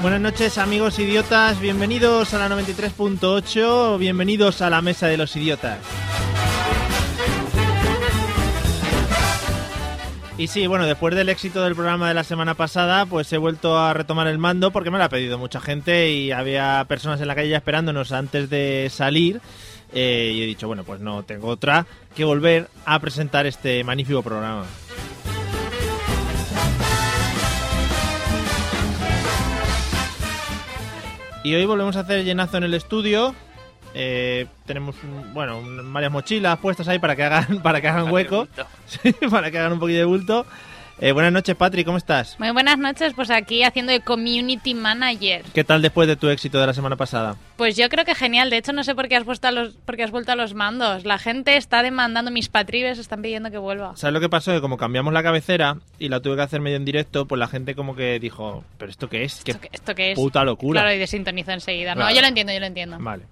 Buenas noches amigos idiotas, bienvenidos a la 93.8, bienvenidos a la Mesa de los Idiotas. Y sí, bueno, después del éxito del programa de la semana pasada, pues he vuelto a retomar el mando porque me lo ha pedido mucha gente y había personas en la calle ya esperándonos antes de salir. Eh, y he dicho, bueno, pues no tengo otra que volver a presentar este magnífico programa. Y hoy volvemos a hacer llenazo en el estudio. Eh, tenemos un- bueno un- varias mochilas puestas ahí para que hagan para que hagan hueco, Sí, para que hagan un poquito de bulto. Eh, buenas noches, Patri, ¿cómo estás? Muy buenas noches, pues aquí haciendo de community manager. ¿Qué tal después de tu éxito de la semana pasada? Pues yo creo que genial, de hecho no sé por qué has, puesto a los, por qué has vuelto a los mandos. La gente está demandando, mis patribes están pidiendo que vuelva. ¿Sabes lo que pasó? Que como cambiamos la cabecera y la tuve que hacer medio en directo, pues la gente como que dijo, ¿pero esto qué es? ¿Qué ¿Esto, qué- esto qué es? puta locura? Claro, y desintonizo enseguida. No, Claro. yo lo entiendo, yo lo entiendo. Vale.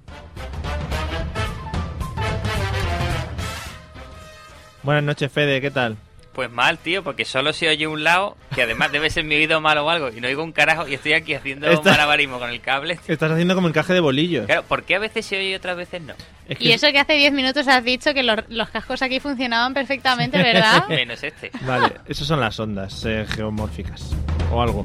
Buenas noches, Fede, ¿qué tal? Pues mal, tío, porque solo se oye un lado, que además debe ser mi oído malo o algo, y no oigo un carajo, y estoy aquí haciendo un Está- malabarismo con el cable. tío. Estás haciendo como encaje de bolillos. Claro, ¿por qué a veces se oye y otras veces no? Es que- Y eso que hace 10 minutos has dicho que los, los cascos aquí funcionaban perfectamente, ¿verdad? Menos este. Vale, esas son las ondas eh, geomórficas. O algo.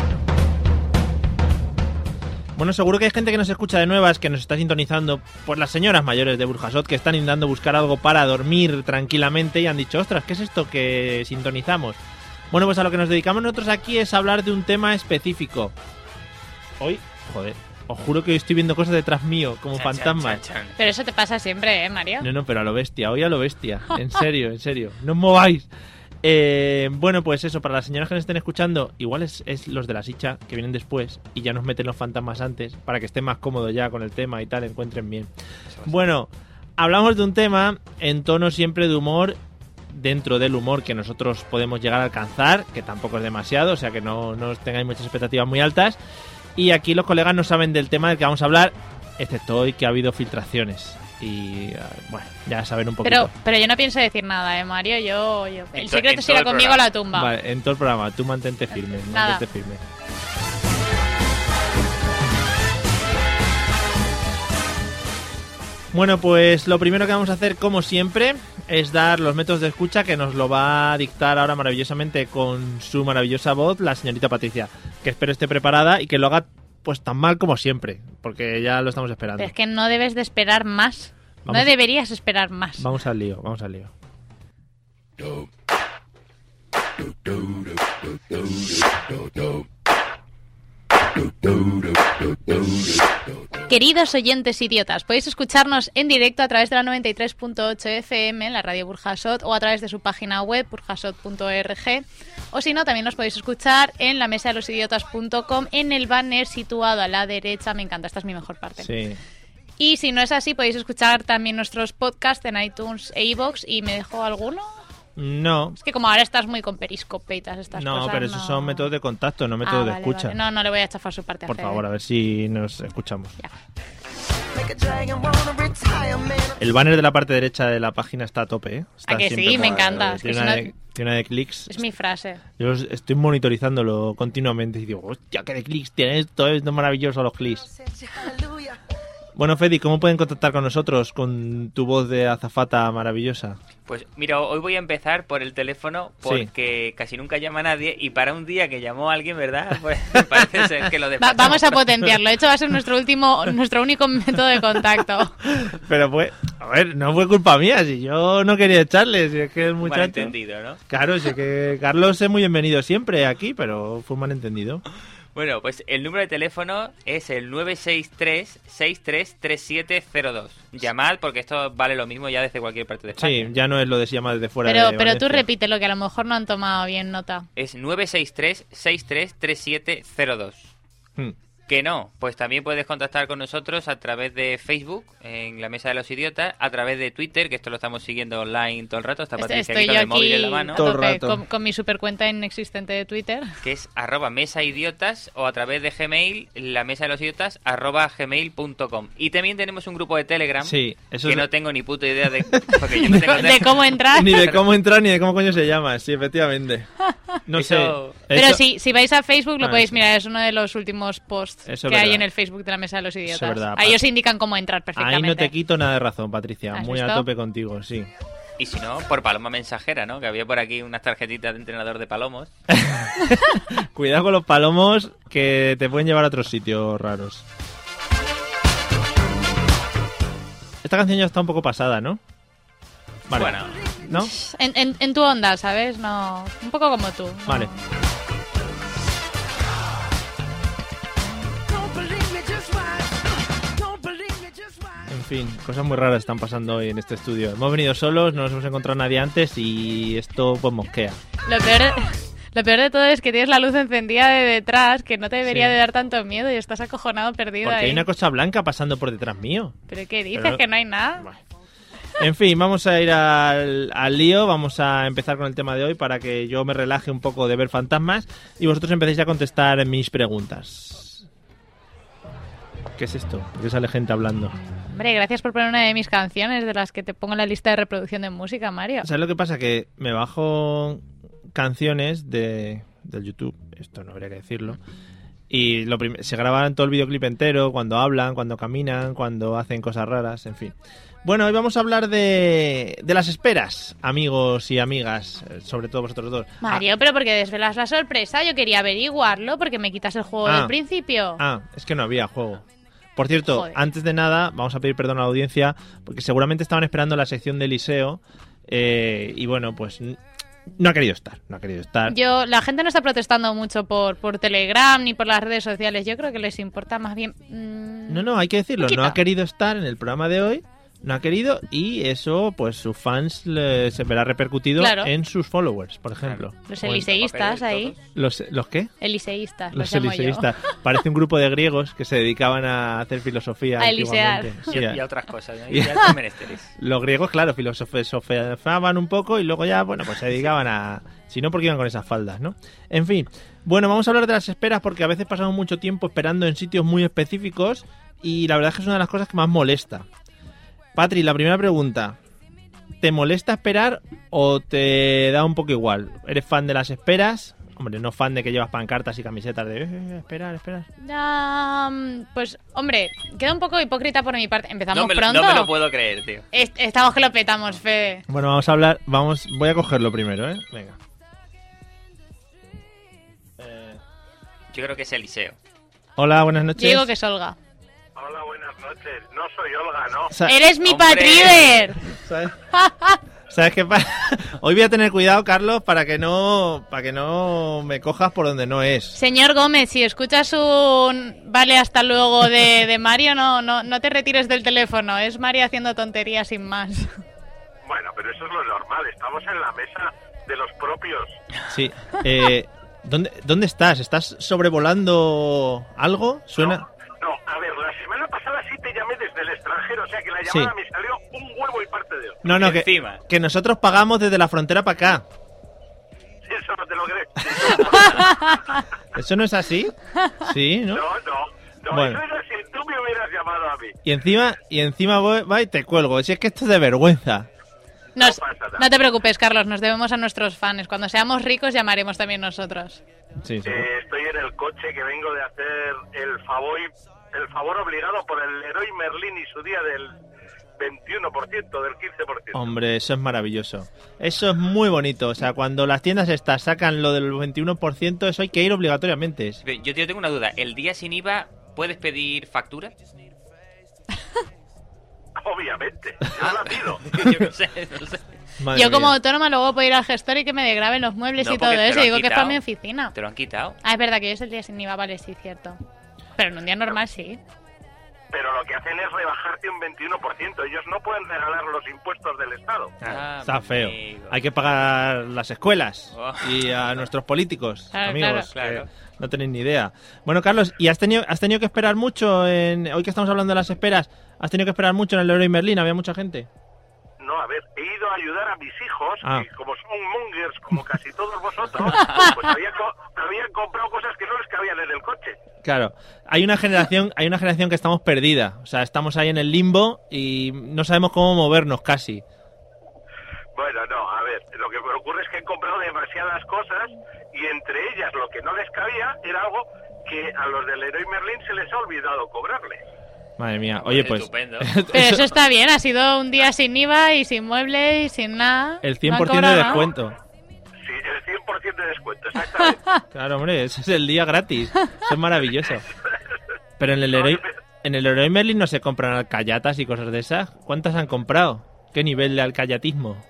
Bueno, seguro que hay gente que nos escucha de nuevas, que nos está sintonizando, pues las señoras mayores de Burjasot, que están intentando buscar algo para dormir tranquilamente y han dicho, ostras, ¿qué es esto que sintonizamos? Bueno, pues a lo que nos dedicamos nosotros aquí es hablar de un tema específico. Hoy, joder, os juro que hoy estoy viendo cosas detrás mío, como Chan, chan, fantasmas. chan, chan. Pero eso te pasa siempre, ¿eh, Mario? No, no, pero a lo bestia, hoy a lo bestia. En serio, en serio. No os mováis. Eh, bueno, pues eso, para las señoras que nos estén escuchando, igual es, es los de la Sicha que vienen después y ya nos meten los fantasmas antes para que estén más cómodos ya con el tema y tal, encuentren bien. Bueno, hablamos de un tema en tono siempre de humor, dentro del humor que nosotros podemos llegar a alcanzar, que tampoco es demasiado, o sea que no, no os tengáis muchas expectativas muy altas. Y aquí los colegas no saben del tema del que vamos a hablar, excepto hoy que ha habido filtraciones. Y ah, bueno, ya saben un poquito. Pero, pero yo no pienso decir nada, ¿eh, Mario? Yo, yo- En El to- en secreto todo se irá el conmigo a programa. la tumba. Vale, en todo el programa, tú mantente firme, Nada. mantente firme. Bueno, pues lo primero que vamos a hacer, como siempre, es dar los métodos de escucha que nos lo va a dictar ahora maravillosamente con su maravillosa voz, la señorita Patricia, que espero esté preparada y que lo haga pues tan mal como siempre, porque ya lo estamos esperando. Pero es que no debes de esperar más. Vamos. No deberías esperar más. Vamos al lío, vamos al lío. Queridos oyentes idiotas, podéis escucharnos en directo a través de la 93.8 FM en la radio Burjasot o a través de su página web burjasot.org o si no también nos podéis escuchar en la mesa de los idiotas.com en el banner situado a la derecha. Me encanta, esta es mi mejor parte. Sí. Y si no es así, podéis escuchar también nuestros podcasts en iTunes e iVoox y me dejó alguno. No, Es que como ahora estás muy con periscope y todas estas no, cosas. pero esos no- son métodos de contacto, no métodos Ah, de vale, escucha. vale. No, no le voy a chafar su parte a Por Fede. favor, a ver si nos escuchamos. Ya. El banner de la parte derecha de la página está a tope, ¿eh? Está ¿A que siempre sí? Me por- encanta. Es que Tiene, si una no- de, tiene una de clics. Es mi frase. Yo os- estoy monitorizándolo continuamente y digo, hostia, qué de clics tiene esto, es maravilloso los clics. Bueno, Fedi, ¿cómo pueden contactar con nosotros con tu voz de azafata maravillosa? Pues mira, hoy voy a empezar por el teléfono porque casi nunca llama nadie y para un día que llamó alguien, ¿verdad? Pues parece ser que lo Va- despachamos. vamos a potenciarlo. De hecho, va a ser nuestro último, nuestro único método de contacto. Pero pues, a ver, no fue culpa mía, si yo no quería echarle, si es que el Un muchacho... malentendido, ¿no? Claro, sí que Carlos es muy bienvenido siempre aquí, pero fue un malentendido. Bueno, pues el número de teléfono es el 963-633702. Llamad porque esto vale lo mismo ya desde cualquier parte de España. Sí, ya no es lo de si llama desde fuera Pero, de pero tú Valencia. repite lo que a lo mejor no han tomado bien nota. Es 963-633702. Hmm. Que no, pues también puedes contactar con nosotros a través de Facebook, en la Mesa de los Idiotas, a través de Twitter, que esto lo estamos siguiendo online todo el rato, está Este- Patricia Estoy aquí con yo el móvil en la aquí mano, a Todo el tope rato. con, con mi super cuenta inexistente de Twitter. que es arroba Mesa Idiotas o a través de Gmail, la Mesa de los Idiotas, arroba gmail.com. Y también tenemos un grupo de Telegram, Sí, eso que es- no tengo ni puta idea de... Porque yo no tengo De cómo entrar. Ni de cómo entrar ni de cómo coño se llama, sí, efectivamente. No sé. Eso- Pero Eso- sí, si vais a Facebook lo Ah, podéis eso. mirar, es uno de los últimos posts Eso es que hay verdad. en el Facebook de la Mesa de los Idiotas. verdad, Ahí Pat. os indican cómo entrar Ahí perfectamente. no te quito nada de razón, Patricia. ¿Has Muy a visto? tope contigo, sí. Y si no, por Paloma Mensajera, ¿no? Que había por aquí unas tarjetitas de entrenador de palomos. Cuidado con los palomos que te pueden llevar a otros sitios raros. Esta canción ya está un poco pasada, ¿no? Bueno. ¿No? En, en- en tu onda, ¿sabes? No, un poco como tú. no. Vale. En fin, cosas muy raras están pasando hoy en este estudio. Hemos venido solos, no nos hemos encontrado nadie antes y esto pues mosquea. Lo peor, lo peor de todo es que tienes la luz encendida de detrás, que no te debería Sí. de dar tanto miedo y estás acojonado perdido Porque ahí. hay una cosa blanca pasando por detrás mío. ¿Pero qué dices? Pero- ¿Que no hay nada? En fin, vamos a ir al, al lío, vamos a empezar con el tema de hoy para que yo me relaje un poco de ver fantasmas y vosotros empecéis a contestar mis preguntas. ¿Qué es esto? ¿Por qué sale gente hablando? Hombre, gracias por poner una de mis canciones de las que te pongo en la lista de reproducción de música, Mario. ¿Sabes lo que pasa? Que me bajo canciones de, del YouTube, esto no habría que decirlo, y lo prim- se graban todo el videoclip entero, cuando hablan, cuando caminan, cuando hacen cosas raras, en fin. Bueno, hoy vamos a hablar de, de las esperas, amigos y amigas, eh, sobre todo vosotros dos. Mario, pero porque desvelas la sorpresa, yo quería averiguarlo porque me quitas el juego Ah. del principio. Ah, es que no había juego. Por cierto, Joder. antes de nada, vamos a pedir perdón a la audiencia, porque seguramente estaban esperando la sección de Eliseo, eh, y bueno, pues n- no ha querido estar, no ha querido estar. Yo, la gente no está protestando mucho por, por Telegram ni por las redes sociales. Yo creo que les importa más bien. mm, No, no, hay que decirlo, Poquito. no ha querido estar en el programa de hoy, no ha querido, y eso, pues sus fans le- se verá repercutido Claro. en sus followers, por ejemplo. Los O en- eliseístas ahí. ¿Los, ¿Los qué? Eliseístas, los, Los llamo yo. eliseístas. Parece un grupo de griegos que se dedicaban a hacer filosofía. A elisear. antiguamente. Y, Sí, a- y a a- otras cosas, ¿no? Y- Y este a otros menesteres. Los griegos, claro, filosofizaban un poco y luego ya, bueno, pues se dedicaban a... Si no, porque iban con esas faldas, ¿no? En fin, bueno, vamos a hablar de las esperas porque a veces pasamos mucho tiempo esperando en sitios muy específicos y la verdad es que es una de las cosas que más molesta. Patri, la primera pregunta. ¿Te molesta esperar o te da un poco igual? ¿Eres fan de las esperas? Hombre, no fan de que llevas pancartas y camisetas de... "Eh, eh, esperar, esperar. Ah, mm, pues, hombre, queda un poco hipócrita por mi parte. ¿Empezamos No me, lo- pronto? no me lo puedo creer, tío. Est- Estamos que lo petamos, Fede. Bueno, vamos a hablar. Vamos, voy a cogerlo primero, ¿eh? Venga. Yo creo que es Eliseo. Hola, buenas noches. Yo digo que es Olga. Hola, buenas noches. No soy Olga, ¿no? Sa- ¡Eres mi hombre. patriver! ¿Sabes? ¿Sabes qué pasa? Hoy voy a tener cuidado, Carlos, para que no, para que no me cojas por donde no es. Señor Gómez, si escuchas un vale hasta luego de, de Mario, no, no, no te retires del teléfono. Es Mario haciendo tonterías sin más. Bueno, pero eso es lo normal. Estamos en la mesa de los propios. Sí. Eh, ¿dónde, ¿Dónde estás? ¿Estás sobrevolando algo? Suena. No, a ver, la semana pasada sí te llamé desde el extranjero, o sea que la llamada Sí. me salió un huevo y parte de otro. No, no, que, Encima. que nosotros pagamos desde la frontera para acá. Eso no te lo crees. ¿Eso no es así? Sí, ¿no? No, no. No, Bueno. eso era si tú me hubieras llamado a mí. Y encima, y encima voy, va y te cuelgo. Si es que esto es de vergüenza. Nos- No pasa nada. no te preocupes, Carlos, nos debemos a nuestros fans. Cuando seamos ricos llamaremos también nosotros. Sí, sí. Eh, estoy en el coche que vengo de hacer el favor el favor obligado por el Leroy Merlin y su día del 21%, del 15%. Hombre, eso es maravilloso. Eso es muy bonito. O sea, cuando las tiendas estas sacan lo del 21%, eso hay que ir obligatoriamente. Yo, yo tengo una duda. ¿El día sin IVA puedes pedir factura? Obviamente, yo la pido. Yo no sé, no sé. Madre Yo como mía. autónoma luego puedo ir al gestor y que me degraben los muebles No, y todo porque te eso. lo han Digo que es para quitado. mi oficina. Te lo han quitado. Ah, es verdad que yo es el día sin IVA, vale, sí, cierto. Pero en un día normal sí. Pero lo que hacen es rebajarte un 21%. Ellos no pueden regalar los impuestos del Estado. Ah, Está feo. amigo. Hay que pagar las escuelas Oh. y a nuestros políticos, Claro, amigos. claro, que claro. No tenéis ni idea. Bueno, Carlos, ¿y has tenido, has tenido que esperar mucho? En, hoy que estamos hablando de las esperas, ¿has tenido que esperar mucho en el Leroy Merlin? ¿Había mucha gente? No, a ver, he ido a ayudar a mis hijos, Ah. que como son mongers, como casi todos vosotros, pues habían, co- habían comprado cosas que no les cabían en el coche. Claro, hay una generación, hay una generación que estamos perdida, o sea, estamos ahí en el limbo y no sabemos cómo movernos casi. Bueno, no, a ver, lo que me ocurre es que he comprado demasiadas cosas y entre ellas lo que no les cabía era algo que a los del Leroy Merlin se les ha olvidado cobrarle. Madre mía, oye pues Ah, Estupendo. Pero eso está bien, ha sido un día sin IVA y sin muebles y sin nada. el No han 100% cobrado de nada. descuento. Sí, el 100% de descuento, exactamente. Claro, hombre, ese es el día gratis. Eso es maravilloso. Pero en el Leroy, en el Leroy Merlin no se compran alcayatas y cosas de esas. ¿Cuántas han comprado? ¿Qué nivel de alcayatismo?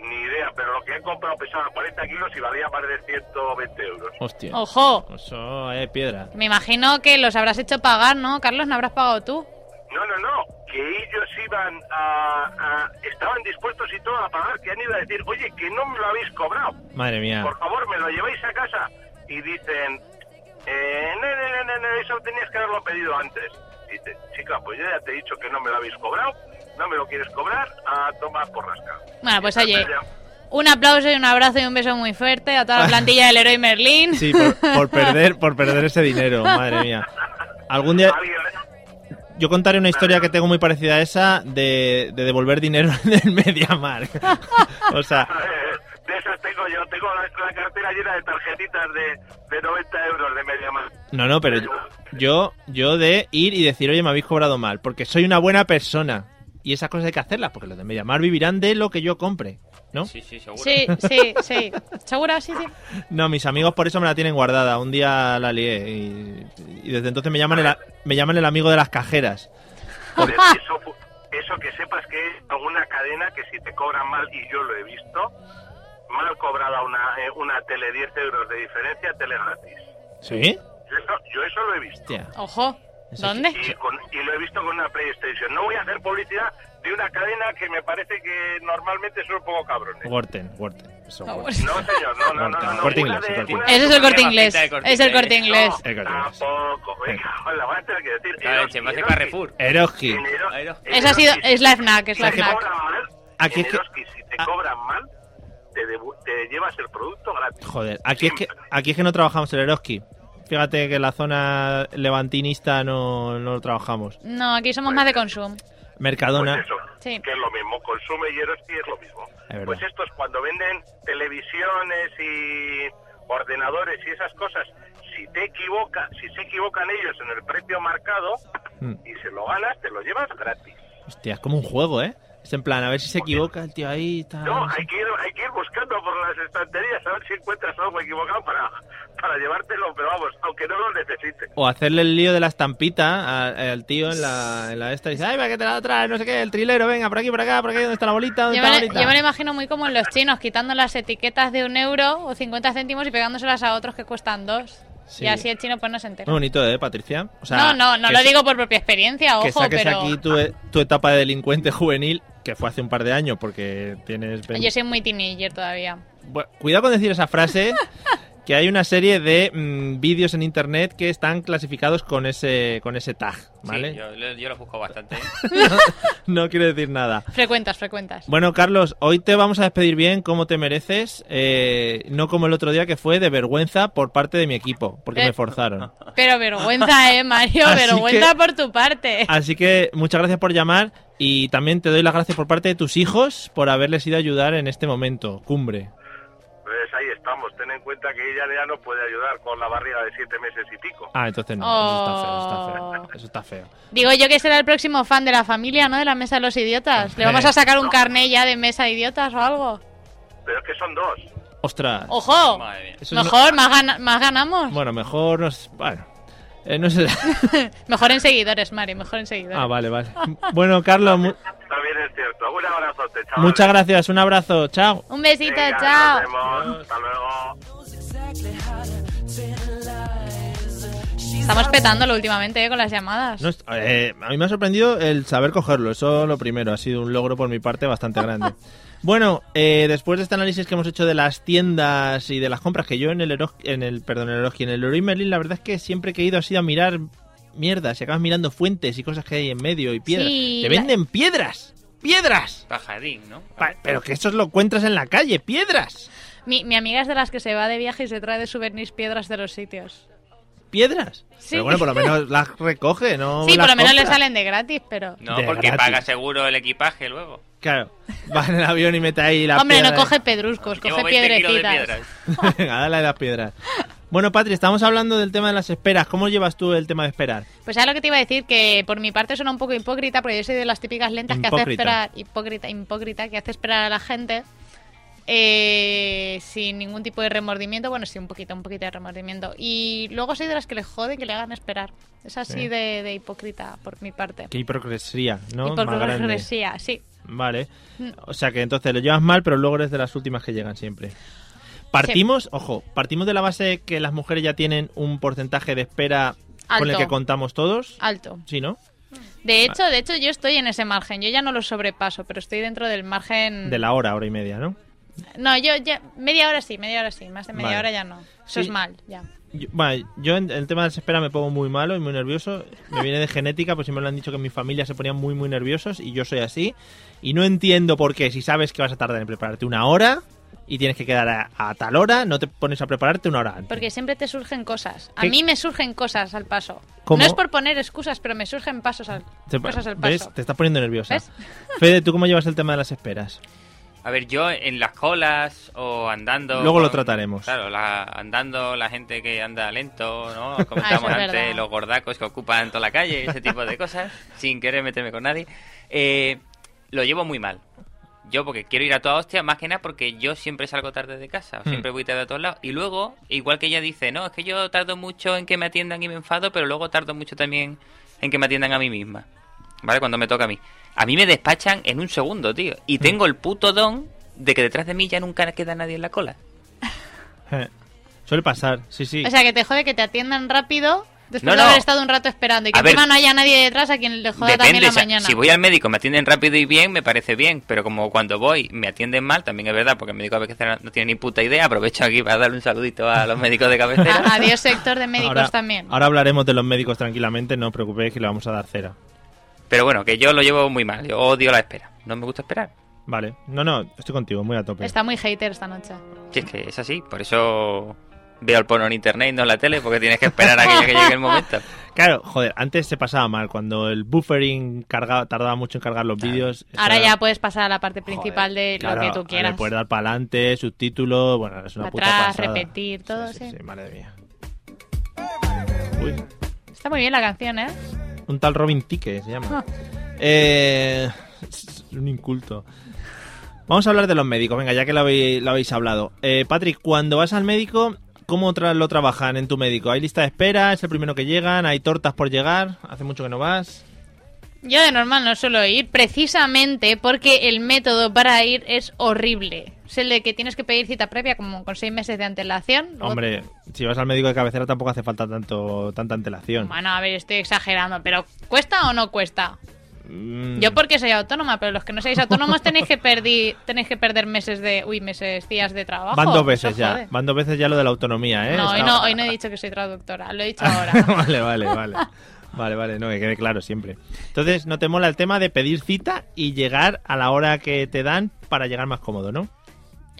Ni idea, pero lo que he comprado pesaba 40 kilos y valía más de 120 euros. Hostia. Ojo, Eso es piedra. me imagino que los habrás hecho pagar, ¿no? Carlos, no habrás pagado tú. No, no, no, que ellos iban a, a- estaban dispuestos y todo a pagar, que han ido a decir, oye, que no me lo habéis cobrado, Madre mía. por favor, me lo lleváis a casa. Y dicen, eh, no, no, no, no, no, eso tenías que haberlo pedido antes. Dice, chica, pues yo ya te he dicho que no me lo habéis cobrado, no me lo quieres cobrar, a tomar por rasca. Bueno, pues Y oye, entonces ya- un aplauso y un abrazo y un beso muy fuerte a toda la plantilla del Héroe Merlín. Sí, por, por perder, por perder ese dinero, madre mía. Algún día Alguien, yo contaré una historia que tengo muy parecida a esa de, de devolver dinero en el Mediamar. O sea, de esas tengo yo, tengo la, la cartera llena de tarjetitas de, de 90 euros de media más. No, no, pero yo- yo, yo de ir y decir, oye, me habéis cobrado mal, porque soy una buena persona. Y esas cosas hay que hacerlas, porque los de Mediamar vivirán de lo que yo compre, ¿no? Sí, sí, seguro. Sí, sí, sí. ¿Segura? Sí, sí. No, mis amigos por eso me la tienen guardada. Un día la lié y, y desde entonces me llaman, el, a- me llaman el amigo de las cajeras. Joder, eso, fu- eso que sepas que es alguna cadena que si te cobran mal, y yo lo he visto, mal cobrada una, eh, una tele 10 euros de diferencia, tele gratis. ¿Sí? Yo eso, yo eso lo he visto. Hostia. Ojo. Eso ¿Dónde? Y, con- y lo he visto con una PlayStation. No voy a hacer publicidad de una cadena que me parece que normalmente son un poco cabrones. Worten, Worten. Eso, Ah, Worten. bueno. No, señor, no, no, no. no, no. Corte Una inglés, de- corte una inglés. de- Ese es el corte Tiene pinta inglés. de corte Es el corte inglés. Oh, inglés. El corte inglés. Tampoco, venga, la voy a tener que decir. Claro, se me hace Carrefour. Eh, Eroski. Esa ha sido, es la FNAC, es la Si te FNAC. cobran mal, Aquí es que- en Eroski, si te ah. cobran mal, te, devu- te llevas el producto gratis. Joder, aquí es, que, aquí es que no trabajamos el Eroski. Fíjate que en la zona levantinista no, no lo trabajamos. No, aquí somos más de consumo. Mercadona. Pues eso, Sí. que es lo mismo, consume y Eroski es lo mismo. verdad. pues estos cuando venden televisiones y ordenadores y esas cosas, si te equivoca, si se equivocan ellos en el precio marcado Mm. y se lo ganas, te lo llevas gratis. Hostia, es como un juego, ¿eh? Es en plan, a ver si se equivoca el tío ahí. Tal, No, no sé. hay que ir, hay que ir buscando por las estanterías a ver si encuentras algo equivocado para, para llevártelo, pero vamos, aunque no lo necesites. O hacerle el lío de la estampita a- al tío en la, en la esta. Y dice, ay, va, que te la voy a traer, no sé qué, el trilero, venga, por aquí, por acá, por aquí, ¿dónde está la bolita? ¿Dónde Yo está me, la lo- bolita? yo me lo imagino muy como en los chinos, quitando las etiquetas de un euro o 50 céntimos y pegándoselas a otros que cuestan dos. Sí. Y así el chino pues no se entera. Muy bonito, ¿eh, Patricia? O sea, no, no, no que lo sa- digo por propia experiencia, Que ojo, saques pero aquí tu, e- tu etapa de delincuente juvenil, que fue hace un par de años, porque tienes... veinte- yo soy muy teenager todavía. Bueno, cuidado con decir esa frase, que hay una serie de mm, vídeos en internet que están clasificados con ese, con ese tag, ¿vale? Sí, yo, lo- yo lo busco bastante. No quiero decir nada. Frecuentas, frecuentas. Bueno, Carlos, hoy te vamos a despedir bien como te mereces, eh, no como el otro día que fue de vergüenza por parte de mi equipo, porque Eh. me forzaron. Pero vergüenza, eh, Mario, Así vergüenza que- por tu parte. Así que muchas gracias por llamar y también te doy las gracias por parte de tus hijos por haberles ido a ayudar en este momento, cumbre. Eh, Entonces ahí estamos. Ten en cuenta que ella ya no puede ayudar con la barriga de siete meses y pico. Ah, entonces no. Oh. Eso está feo, eso está feo. Eso está feo. Digo yo que será el próximo fan de la familia, ¿no? De la mesa de los idiotas. Le vamos a sacar un carné ya de mesa de idiotas o algo. Pero es que son dos. Ostras. ¡Ojo! Madre mía. Eso es Oh, Mejor, más, gana- más ganamos. Bueno, mejor nos. Bueno. Eh, no sé. Mejor en seguidores, Mari, mejor en seguidores. ah, vale, vale. Bueno, Carlos, mu- También es cierto. Un abrazote, chaval. muchas gracias. Un abrazo. Chao. Un besito, chao. Hasta luego. Estamos petándolo últimamente eh, con las llamadas. No es- eh, a mí me ha sorprendido el saber cogerlo, eso lo primero, ha sido un logro por mi parte bastante grande. Bueno, eh, después de este análisis que hemos hecho de las tiendas y de las compras, que yo en el Eros- en el perdón, en el Eroski, en el Leroy Merlin, la verdad es que siempre que he ido ha sido a mirar mierdas, y acabas mirando fuentes y cosas que hay en medio y piedras. Sí, ¡Te la- venden piedras! ¡Piedras! Pajarín, ¿no? Pa- pero que eso lo encuentras en la calle, piedras. Mi, mi amiga es de las que se va de viaje y se trae de souvenirs piedras de los sitios. Piedras. Sí. Pero bueno, por lo menos las recoge, ¿no? sí, por las lo menos le compra. salen de gratis, pero... No, De porque gratis. paga seguro el equipaje luego. Claro, va en el avión y mete ahí la Hombre, no piedra. eh. coge pedruscos, Pues Llevo coge 20 kilos de piedrecitas. piedras. Venga, dale a las piedras. Bueno, Patri, estamos hablando del tema de las esperas. ¿Cómo llevas tú el tema de esperar? Pues ya lo que te iba a decir, que por mi parte suena un poco hipócrita, porque yo soy de las típicas lentas que hace Hipócrita. esperar, hipócrita, hipócrita, que hace esperar a la gente eh, sin ningún tipo de remordimiento, bueno, sí, un poquito, un poquito de remordimiento. Y luego soy de las que le jode que le hagan esperar. Es así Sí. de, de hipócrita por mi parte. Qué hipocresía, ¿no? Más grande. Hipocresía, sí. Vale. O sea que entonces lo llevas mal, pero luego eres de las últimas que llegan siempre. Partimos, ojo, partimos de la base que las mujeres ya tienen un porcentaje de espera con el Alto. que contamos todos. Alto. Sí, ¿no? De hecho, de hecho, yo estoy en ese margen. Yo ya no lo sobrepaso, pero estoy dentro del margen. De la hora, hora y media, ¿no? No, yo ya media hora sí, media hora sí, más de media Vale. hora ya no. Eso Sí. es mal, ya. Yo, bueno, yo en el tema de las esperas me pongo muy malo y muy nervioso. Me viene de genética, pues siempre me lo han dicho que en mi familia se ponían muy, muy nerviosos y yo soy así. Y no entiendo por qué, si sabes que vas a tardar en prepararte una hora y tienes que quedar a, a tal hora, no te pones a prepararte una hora antes. Porque siempre te surgen cosas. A ¿Qué? mí me surgen cosas al paso. ¿Cómo? No es por poner excusas, pero me surgen pasos al, Te- cosas al ¿ves? paso. Te estás poniendo nerviosa. ¿Ves? Fede, ¿tú cómo llevas el tema de las esperas? A ver, yo en las colas o andando. Luego lo trataremos. Claro, la- andando la gente que anda lento, ¿no? Comentábamos Ah, es antes verdad. los gordacos que ocupan toda la calle, ese tipo de cosas, sin querer meterme con nadie. Eh, lo llevo muy mal. Yo porque quiero ir a toda hostia, más que nada porque yo siempre salgo tarde de casa, Hmm. siempre voy tarde a todos lados. Y luego, igual que ella dice, no, es que yo tardo mucho en que me atiendan y me enfado, pero luego tardo mucho también en que me atiendan a mí misma. ¿Vale? Cuando me toca a mí. A mí me despachan en un segundo, tío. Y Hmm. tengo el puto don de que detrás de mí ya nunca queda nadie en la cola. Suele pasar, sí, sí. O sea, que te jode que te atiendan rápido después No, de haber no. estado un rato esperando y que A ver. encima no haya nadie detrás a quien le joda también la o sea, mañana. si voy al médico me atienden rápido y bien, me parece bien, pero como cuando voy me atienden mal, también es verdad, porque el médico a veces no tiene ni puta idea, aprovecho aquí para darle un saludito a los médicos de cabecera. A- adiós, sector de médicos ahora, también. Ahora hablaremos de los médicos tranquilamente, no os preocupéis que le vamos a dar cera. Pero bueno, que yo lo llevo muy mal, yo odio la espera, no me gusta esperar. Vale, no, no, estoy contigo, muy a tope. Está muy hater esta noche. Si es que es así, por eso veo el porno en internet y no en la tele, porque tienes que esperar a que llegue- llegue el momento. Claro, joder, antes se pasaba mal. Cuando el buffering carga- tardaba mucho en cargar los vídeos. Ahora eso- ya puedes pasar a la parte principal de lo claro, que tú quieras. Le puedes dar para adelante, subtítulos, bueno, es una Pa' puta atrás, pasada. repetir, todo, sí. madre mía. Uy, Está muy bien la canción, ¿eh? un tal Robin Tique se llama. eh, es un inculto. Vamos a hablar de los médicos, venga, ya que lo habéis, lo habéis hablado. Eh, Patrick, cuando vas al médico, ¿cómo tra- lo trabajan en tu médico? ¿Hay lista de espera? ¿Es el primero que llegan? ¿Hay tortas por llegar? ¿Hace mucho que no vas? Yo de normal no suelo ir, precisamente porque el método para ir es horrible. Es el de que tienes que pedir cita previa como con seis meses de antelación. Luego- Hombre, si vas al médico de cabecera tampoco hace falta tanto tanta antelación. Bueno, a ver, estoy exagerando, pero ¿cuesta o no cuesta? Mm, Yo porque soy autónoma, pero los que no seáis autónomos tenéis que perder, tenéis que perder meses de, uy, meses, días de trabajo. Van dos Eso veces ya, jode. van dos veces ya lo de la autonomía, ¿eh? No, hoy Está- no, hoy no he dicho que soy traductora, lo he dicho ahora. vale, vale, vale. Vale, vale, no, que quede claro siempre. Entonces, no te mola el tema de pedir cita y llegar a la hora que te dan para llegar más cómodo, ¿no?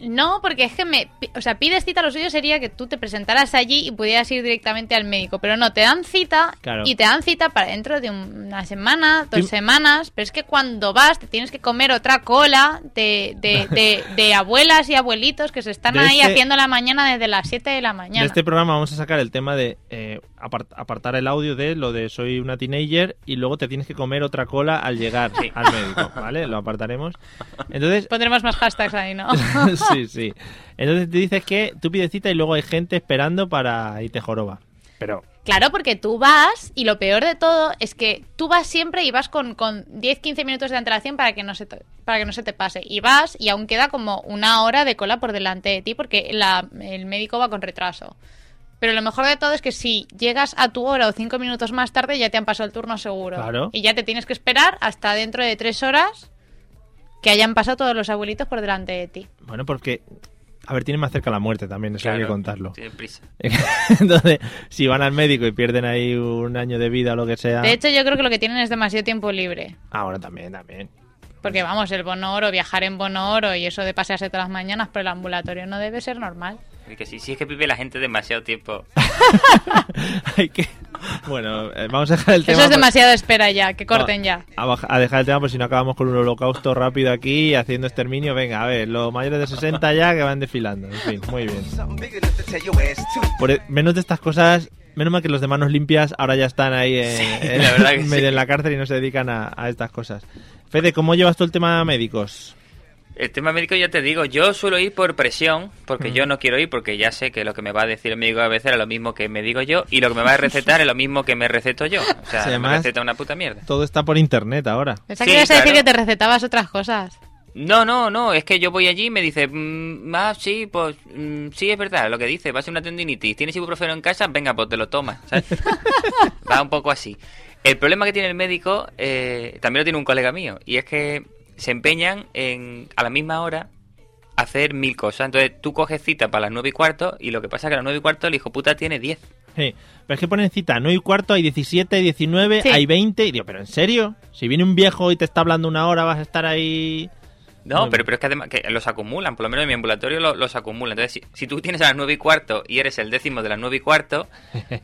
No, porque es que me. pi- O sea, pides cita, lo suyo sería que tú te presentaras allí y pudieras ir directamente al médico. Pero no, te dan cita Claro. y te dan cita para dentro de un- una semana, dos Sí. semanas. Pero es que cuando vas, te tienes que comer otra cola de, de- de- de abuelas y abuelitos que se están De ahí este- haciendo la mañana desde las 7 de la De mañana. este programa vamos a sacar el tema de eh, apart- apartar el audio de lo de soy una teenager y luego te tienes que comer otra cola al llegar Sí. al médico, ¿vale? Lo apartaremos. Entonces, Pondremos más hashtags ahí, ¿no? sí, sí. Entonces te dices que tú pides cita y luego hay gente esperando para irte joroba. Pero Claro, porque tú vas y lo peor de todo es que tú vas siempre y vas con, con 10-15 minutos de antelación para que, no se te, para que no se te pase. Y vas y aún queda como una hora de cola por delante de ti porque la- el médico va con retraso. Pero lo mejor de todo es que si llegas a tu hora o cinco minutos más tarde ya te han pasado el turno seguro. Claro. Y ya te tienes que esperar hasta dentro de tres horas que hayan pasado todos los abuelitos por delante de ti. bueno, porque a ver, tiene más cerca la muerte también, eso hay que Claro, contarlo. tiene prisa. Entonces, si van al médico y pierden ahí un año de vida o lo que sea, De hecho, yo creo que lo que tienen es demasiado tiempo libre. ahora también, también. Porque vamos, el bono oro, viajar en bono oro y eso de pasearse todas las mañanas por el ambulatorio no debe ser normal. Y que si, si es que vive la gente demasiado tiempo. Hay que Bueno, eh, vamos a dejar el tema. eso es por- demasiada espera ya, que corten ya. A, baja- a dejar el tema por si no acabamos con un holocausto rápido aquí haciendo exterminio. Venga, a ver, los mayores de 60 ya que van desfilando. En fin, muy bien. Por e- menos de estas cosas, menos mal que los de manos limpias ahora ya están ahí eh, en, la verdad que sí. medio en la cárcel y no se dedican a, a estas cosas. Fede, ¿cómo llevas tú el tema médicos? El tema médico ya te digo, yo suelo ir por presión, porque Mm. yo no quiero ir, porque ya sé que lo que me va a decir el médico a veces es lo mismo que me digo yo, y lo que me va a recetar es lo mismo que me receto yo. O sea, Sí, me además- receta una puta mierda. Todo está por internet ahora. Pensaba Sí, que ibas a decir claro. que te recetabas otras cosas. No, no, no, es que yo voy allí y me dice, mm, ah, sí, pues mm, sí, es verdad, lo que dice, va a ser una tendinitis, ¿tienes ibuprofeno en casa? Venga, pues te lo tomas, ¿sabes? va un poco así. El problema que tiene el médico, eh, también lo tiene un colega mío, y es que se empeñan en, a la misma hora, hacer mil cosas. Entonces tú coges cita para las nueve y cuarto, y lo que pasa es que a las nueve y cuarto el hijo puta tiene 10. Sí, pero es que ponen cita, no hay cuarto, hay 17, hay 19, Sí. hay 20. Y digo, ¿pero en serio? Si viene un viejo y te está hablando una hora, vas a estar ahí. No, Muy pero, bien. pero es que además que los acumulan, por lo menos en mi ambulatorio lo- los acumulan. Entonces, si, si tú tienes a las 9 y cuarto y eres el décimo de las 9 y cuarto,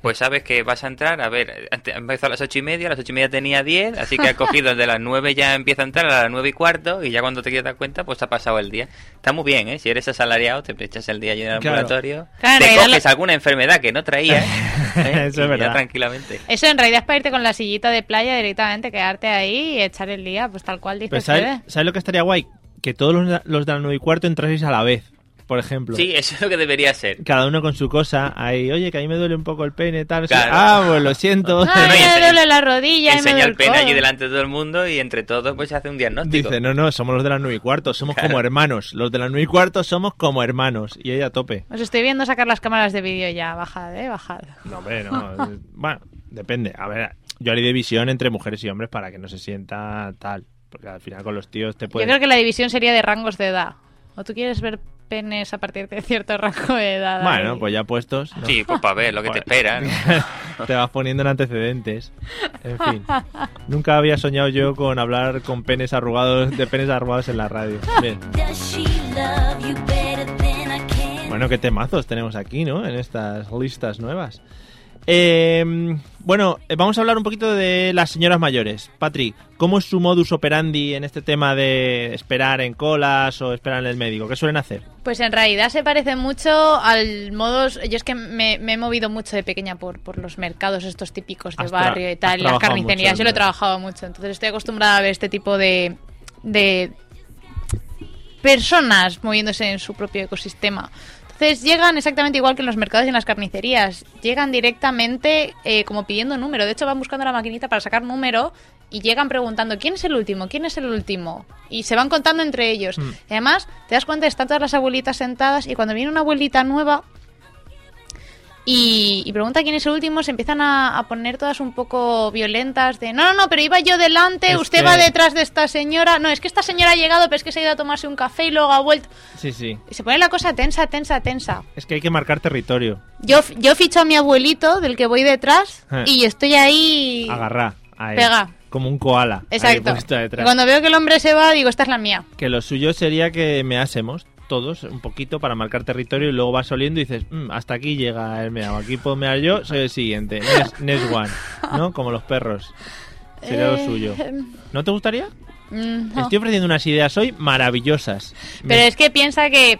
pues sabes que vas a entrar, a ver, ante- empezó a las 8 y media, a las 8 y media tenía 10, así que ha cogido el de las 9 ya empieza a entrar a las 9 y cuarto y ya cuando te quieres dar cuenta, pues ha pasado el día. Está muy bien, ¿eh? Si eres asalariado, te echas el día allí en el Claro. ambulatorio, Claro, en te realidad coges lo- alguna enfermedad que no traías, ¿eh? Eso es Y verdad. ya tranquilamente. Eso en realidad es para irte con la sillita de playa directamente, quedarte ahí y echar el día, pues tal cual Pero dices. ¿sabes, Fede. sabes lo que estaría guay? Que todos los, los de las 9 y cuarto entraseis a la vez, por ejemplo. Sí, eso es lo que debería ser. Cada uno con su cosa, ahí, oye, que a mí me duele un poco el pene, tal. no sé. Claro. Ah, pues lo siento. Ay, no, y me enseña- duele la rodilla y me Enseña duele el pene allí codo. delante de todo el mundo y entre todos pues se hace un diagnóstico. Dice, no, no, somos los de las 9 y cuarto, somos como hermanos. Los de las 9 y cuarto somos como hermanos. Y ella a tope. Os estoy viendo sacar las cámaras de vídeo ya, bajad, eh, bajad. No, hombre, no. eh, bueno, depende. A ver, yo haré división entre mujeres y hombres para que no se sienta tal. Porque al final con los tíos te Pues- Yo creo puedes. que la división sería de rangos de edad. ¿O tú quieres ver penes a partir de cierto rango de edad? Bueno, ahí? pues ya puestos. ¿no? Sí, pues para ver lo que te espera. ¿no? te vas poniendo en antecedentes. En fin. Nunca había soñado yo con hablar con penes arrugados, de penes arrugados en la radio. Bien. Bueno, qué temazos tenemos aquí, ¿no? En estas listas nuevas. Eh, bueno, eh, vamos a hablar un poquito de las señoras mayores. Patrick, ¿cómo es su modus operandi en este tema de esperar en colas o esperar en el médico? ¿Qué suelen hacer? Pues en realidad se parece mucho al modos. Yo es que me, me he movido mucho de pequeña por, por los mercados estos típicos de Has tra- barrio y has tal, y las trabajado carnicerías. mucho, yo lo he ¿verdad? trabajado mucho, entonces estoy acostumbrada a ver este tipo de, de personas moviéndose en su propio ecosistema. Entonces llegan exactamente igual que en los mercados y en las carnicerías. Llegan directamente eh, como pidiendo número. De hecho, van buscando la maquinita para sacar número y llegan preguntando quién es el último, quién es el último. Y se van contando entre ellos. Mm. Y además, te das cuenta, están todas las abuelitas sentadas y cuando viene una abuelita nueva, y, y pregunta quién es el último, se empiezan a, a poner todas un poco violentas de, no, no, no, pero iba yo delante, Es usted que- va detrás de esta señora, no, es que esta señora ha llegado, pero es que se ha ido a tomarse un café y luego ha vuelto. Sí, sí. Y se pone la cosa tensa, tensa, tensa. Es que hay que marcar territorio. Yo, f- yo ficho a mi abuelito, del que voy detrás, Eh. y estoy ahí... Agarrar. ahí, Pega. Como un koala. ahí Exacto. puesto Y detrás. cuando veo que el hombre se va, digo, esta es la mía. Que lo suyo sería que meásemos todos un poquito para marcar territorio y luego vas oliendo y dices, "Mm, hasta aquí llega el meao, aquí puedo mear yo, soy el siguiente, next, next one, ¿no? Como los perros. Sería lo Eh, suyo. em, ¿No te gustaría? mm, no. Estoy ofreciendo unas ideas hoy maravillosas. Pero Me- es que piensa que.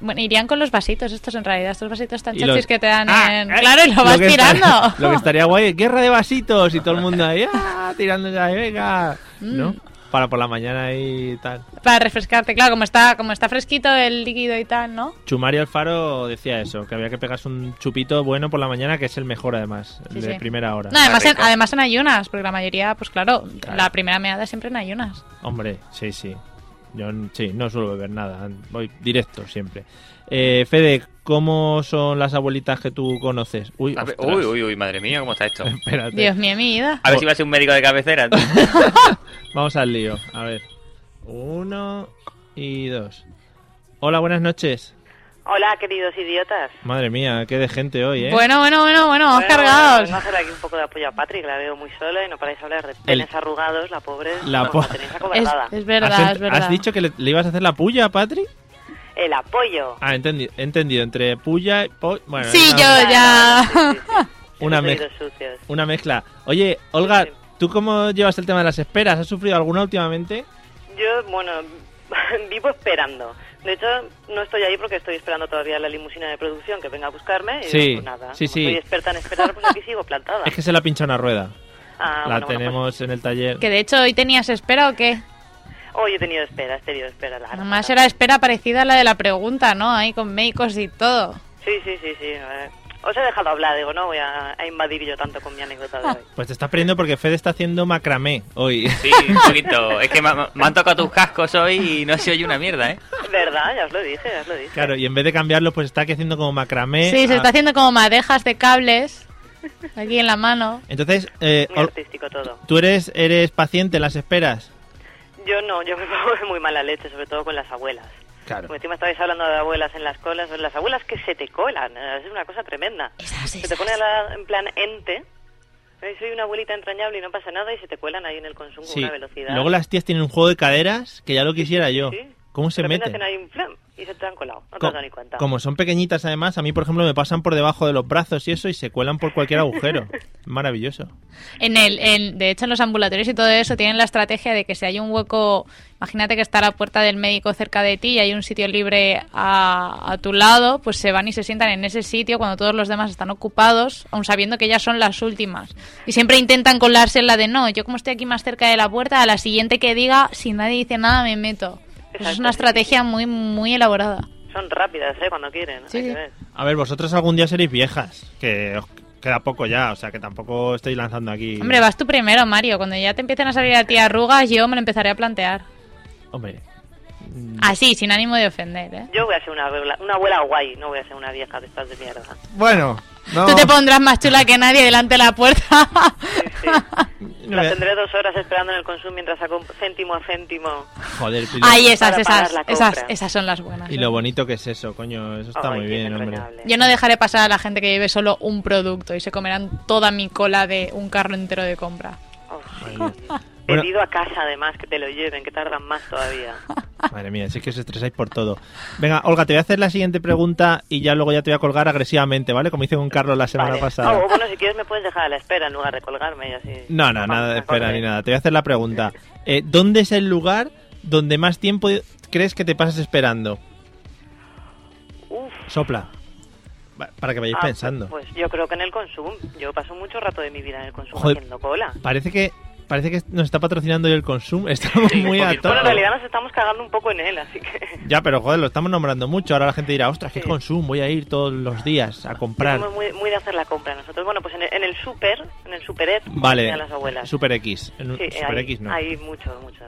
Bueno, irían con los vasitos estos en realidad, estos vasitos tan y los- chachis que te dan ¡Ah! en... ¡Eh! Claro, y lo vas que tirando. estaría- lo que estaría guay es guerra de vasitos y todo el mundo ahí, ¡ah! Tirándose ahí, venga. Mm. ¿No? Para por la mañana y tal. Para refrescarte, claro, como está, como está fresquito el líquido y tal, ¿no? Chumari Alfaro decía eso, que había que pegarse un chupito bueno por la mañana, que es el mejor además, el Sí, de sí. primera hora. No, además en, rico. además en ayunas, porque la mayoría, pues claro, Claro. la primera meada siempre en ayunas. Hombre, sí, sí. Yo n- sí, no suelo beber nada, voy directo siempre. Eh, Fede, ¿cómo son las abuelitas que tú conoces? Uy, A ver, ostras, uy, uy, uy, madre mía, ¿cómo está esto? espérate. Dios mío, mi vida. Ah, A ver si va a ser un médico de cabecera. tú. Vamos al lío, a ver. Uno y dos. Hola, buenas noches. Hola, queridos idiotas. Madre mía, qué de gente hoy, ¿eh? Bueno, bueno, bueno, bueno, vamos Bueno, cargados. Vengo a hacer aquí un poco de apoyo a Patrick, la veo muy sola y no paráis de hablar de penes arrugados, la pobre. La no, po- la tenéis Es, acobardada. es ¿Has, verdad, ent- es verdad. has dicho que le, le ibas a hacer la puya, Patri? El apoyo. Ah, entendido, entendido. entre puya y... po- bueno, Sí, una- yo ya. Una Los mez- oídos sucios. Una mezcla. Oye, Olga, Sí. ¿tú cómo llevas el tema de las esperas? ¿Has sufrido alguna últimamente? Yo, bueno, vivo esperando. De hecho, no estoy ahí porque estoy esperando todavía la limusina de producción que venga a buscarme. Y Sí, digo, pues nada. sí, como sí. Soy experta en esperar, pues aquí sigo plantada. Es que se la pincha una rueda. Ah, la bueno, bueno, pues, tenemos en el taller. Que de hecho hoy tenías espera o qué? Hoy he tenido espera, he tenido espera larga. Además era espera parecida a la de la pregunta, ¿no? Ahí con médicos y todo. Sí, sí, sí, sí. eh, Os he dejado hablar, digo, no voy a, a invadir yo tanto con mi anécdota de hoy. Pues te estás perdiendo porque Fede está haciendo macramé hoy. Sí, un poquito. Es que me, me han tocado tus cascos hoy y no se oye una mierda, ¿eh? ¿Verdad? Ya os lo dije, ya os lo dije. Claro, y en vez de cambiarlo, pues está aquí haciendo como macramé. Sí, se Ah, está haciendo como madejas de cables aquí en la mano. Entonces, eh, Muy Ol- artístico todo. ¿tú eres, eres paciente en las esperas? Yo no, yo me pongo de muy mala leche, sobre todo con las abuelas. Claro. Porque encima estabais hablando de abuelas en las colas, las abuelas que se te colan, eh, es una cosa tremenda. se te pone la- en plan ente, eh, soy una abuelita entrañable y no pasa nada y se te cuelan ahí en el consumo a Sí. una velocidad. Luego las tías tienen un juego de caderas que ya lo quisiera yo. Sí. ¿Cómo se De repente meten? hacen ahí un flam y se te han colado, no te Co- has dado ni cuenta. Como son pequeñitas además, a mí por ejemplo me pasan por debajo de los brazos y eso y se cuelan por cualquier agujero. Maravilloso. En el, en- de hecho, en los ambulatorios y todo eso tienen la estrategia de que si hay un hueco, imagínate que está la puerta del médico cerca de ti y hay un sitio libre a, a tu lado, pues se van y se sientan en ese sitio cuando todos los demás están ocupados, aun sabiendo que ya son las últimas. Y siempre intentan colarse en la de no, yo como estoy aquí más cerca de la puerta, a la siguiente que diga, si nadie dice nada, me meto. Eso es Exacto, una sí, sí, estrategia muy, muy elaborada. Son rápidas, ¿eh? Cuando quieren. Sí, hay que sí. ver. A ver, vosotros algún día seréis viejas, que os queda poco ya, o sea que tampoco estáis lanzando aquí... Hombre, vas tú primero, Mario. Cuando ya te empiecen a salir a ti arrugas, yo me lo empezaré a plantear. Hombre, Así, Ah, sin ánimo de ofender, ¿eh? Yo voy a ser una abuela, una abuela guay, no voy a ser una vieja de estas de mierda. Bueno, no... Tú te pondrás más chula que nadie delante de la puerta. no voy La a- tendré dos horas esperando en el consumo mientras saco céntimo a céntimo. Joder, Pilar. Ahí esas, Para esas, pagar la compra. esas, esas son las buenas. Y lo bonito que es eso, coño, eso está Ay, muy qué bien, hombre. entrañable. Yo no dejaré pasar a la gente que lleve solo un producto y se comerán toda mi cola de un carro entero de compra. Oh, sí. Bueno. Pedido a casa, además, que te lo lleven, que tardan más todavía. Madre mía, si es que os estresáis por todo. Venga, Olga, te voy a hacer la siguiente pregunta y ya luego ya te voy a colgar agresivamente, ¿vale? Como hice con Carlos la semana Vale. pasada. Ah, o bueno, si quieres me puedes dejar a la espera en lugar de colgarme y así. No, no, nada de Vamos, espera ok. ni nada. Te voy a hacer la pregunta. Eh, ¿Dónde es el lugar donde más tiempo crees que te pasas esperando? Uf. Sopla. Va- Para que vayáis Ah, pensando. Pues yo creo que en el consumo. Yo paso mucho rato de mi vida en el consumo Joder. haciendo cola. Parece que parece que nos está patrocinando hoy el Consum. Estamos Sí, muy un a poquito. tope. Bueno, en realidad nos estamos cagando un poco en él, así que... Ya, pero joder, lo estamos nombrando mucho. Ahora la gente dirá, ostras, qué Sí. Consum, voy a ir todos los días a comprar. Somos muy, muy de hacer la compra nosotros. Bueno, pues en el, en el súper, en el súperet, Vale, a las abuelas. Super X. En un- Sí, Super hay, X no. hay mucho, mucho.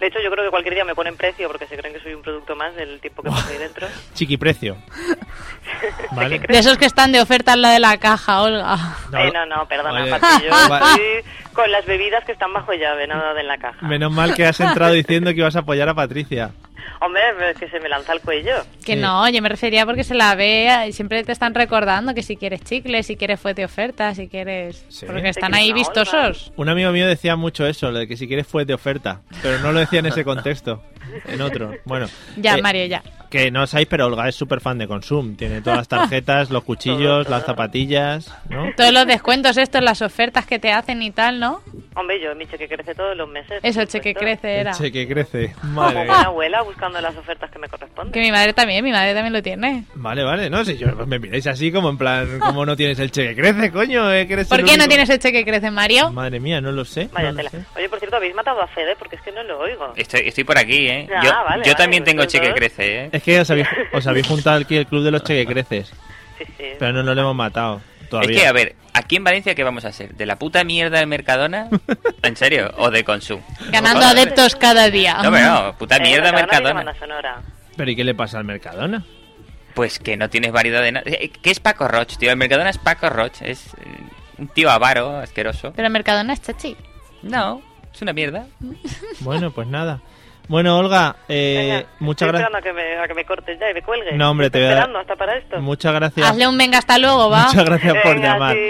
De hecho, yo creo que cualquier día me ponen precio porque se creen que soy un producto más del tiempo que paso ahí dentro. Chiquiprecio. Eh, ¿Vale? De esos que están de oferta en la de la caja, Olga. eh, no, no, perdona, Oye, Pati, yo va- estoy con las bebidas que están bajo llave, nada de en la caja. Menos mal que has entrado diciendo que ibas a apoyar a Patricia. Hombre, pero es que se me lanza el cuello. Que Sí. no, yo me refería porque se la ve y siempre te están recordando que si quieres chicle, si quieres fue de oferta, si quieres... Sí. Porque están que ahí es una vistosos. Un amigo mío decía mucho eso, lo de que si quieres fue de oferta, pero no lo decía en ese contexto. en otro. Bueno, Ya, eh, Mario, ya. Que no sabéis, pero Olga es súper fan de Consum. Tiene todas las tarjetas, los cuchillos, las zapatillas, ¿no? Todos los descuentos estos, las ofertas que te hacen y tal, ¿no? Hombre, yo mi cheque crece todos los meses. Eso, por el cheque supuesto. crece era. Che, que crece. Como Madre. buena abuela buscando las ofertas que me corresponden. Que mi madre también, mi madre también lo tiene. Vale, vale, no, si yo pues me miráis así como en plan, ¿cómo no tienes el cheque? Crece, coño, eh, que eres ¿Por el qué no único. tienes el cheque crece, Mario? Madre mía, no lo sé. Vaya no lo tela. sé. Oye, por cierto, habéis matado a Fede porque es que no lo oigo. Estoy, estoy por aquí, ¿eh? Ah, yo vale, yo vale, también tengo vosotros. cheque crece, ¿eh? Es que os habéis, os habéis juntado aquí el club de los cheque creces, Sí, sí. pero no, no lo hemos matado todavía. Es que, a ver, aquí en Valencia, ¿qué vamos a hacer? ¿De la puta mierda del Mercadona? ¿En serio? ¿O de Consum? Ganando Joder. adeptos cada día. No, pero no, puta Eh, mierda Mercadona tiene Mercadona. banda sonora. Pero ¿y qué le pasa al Mercadona? Pues que no tienes variedad de nada. ¿Qué es Paco Roch, tío? El Mercadona es Paco Roch. Es eh, un tío avaro, asqueroso. Pero el Mercadona es chachi. No, es una mierda. Bueno, pues nada. Bueno, Olga, eh, Venga, muchas estoy gracias. esperando a que, me, a que me cortes ya y me cuelgues. No, hombre, te voy a Estoy dar- esperando hasta para esto. Muchas gracias. Hazle un venga hasta luego, va. Muchas gracias por Venga, llamar. sí.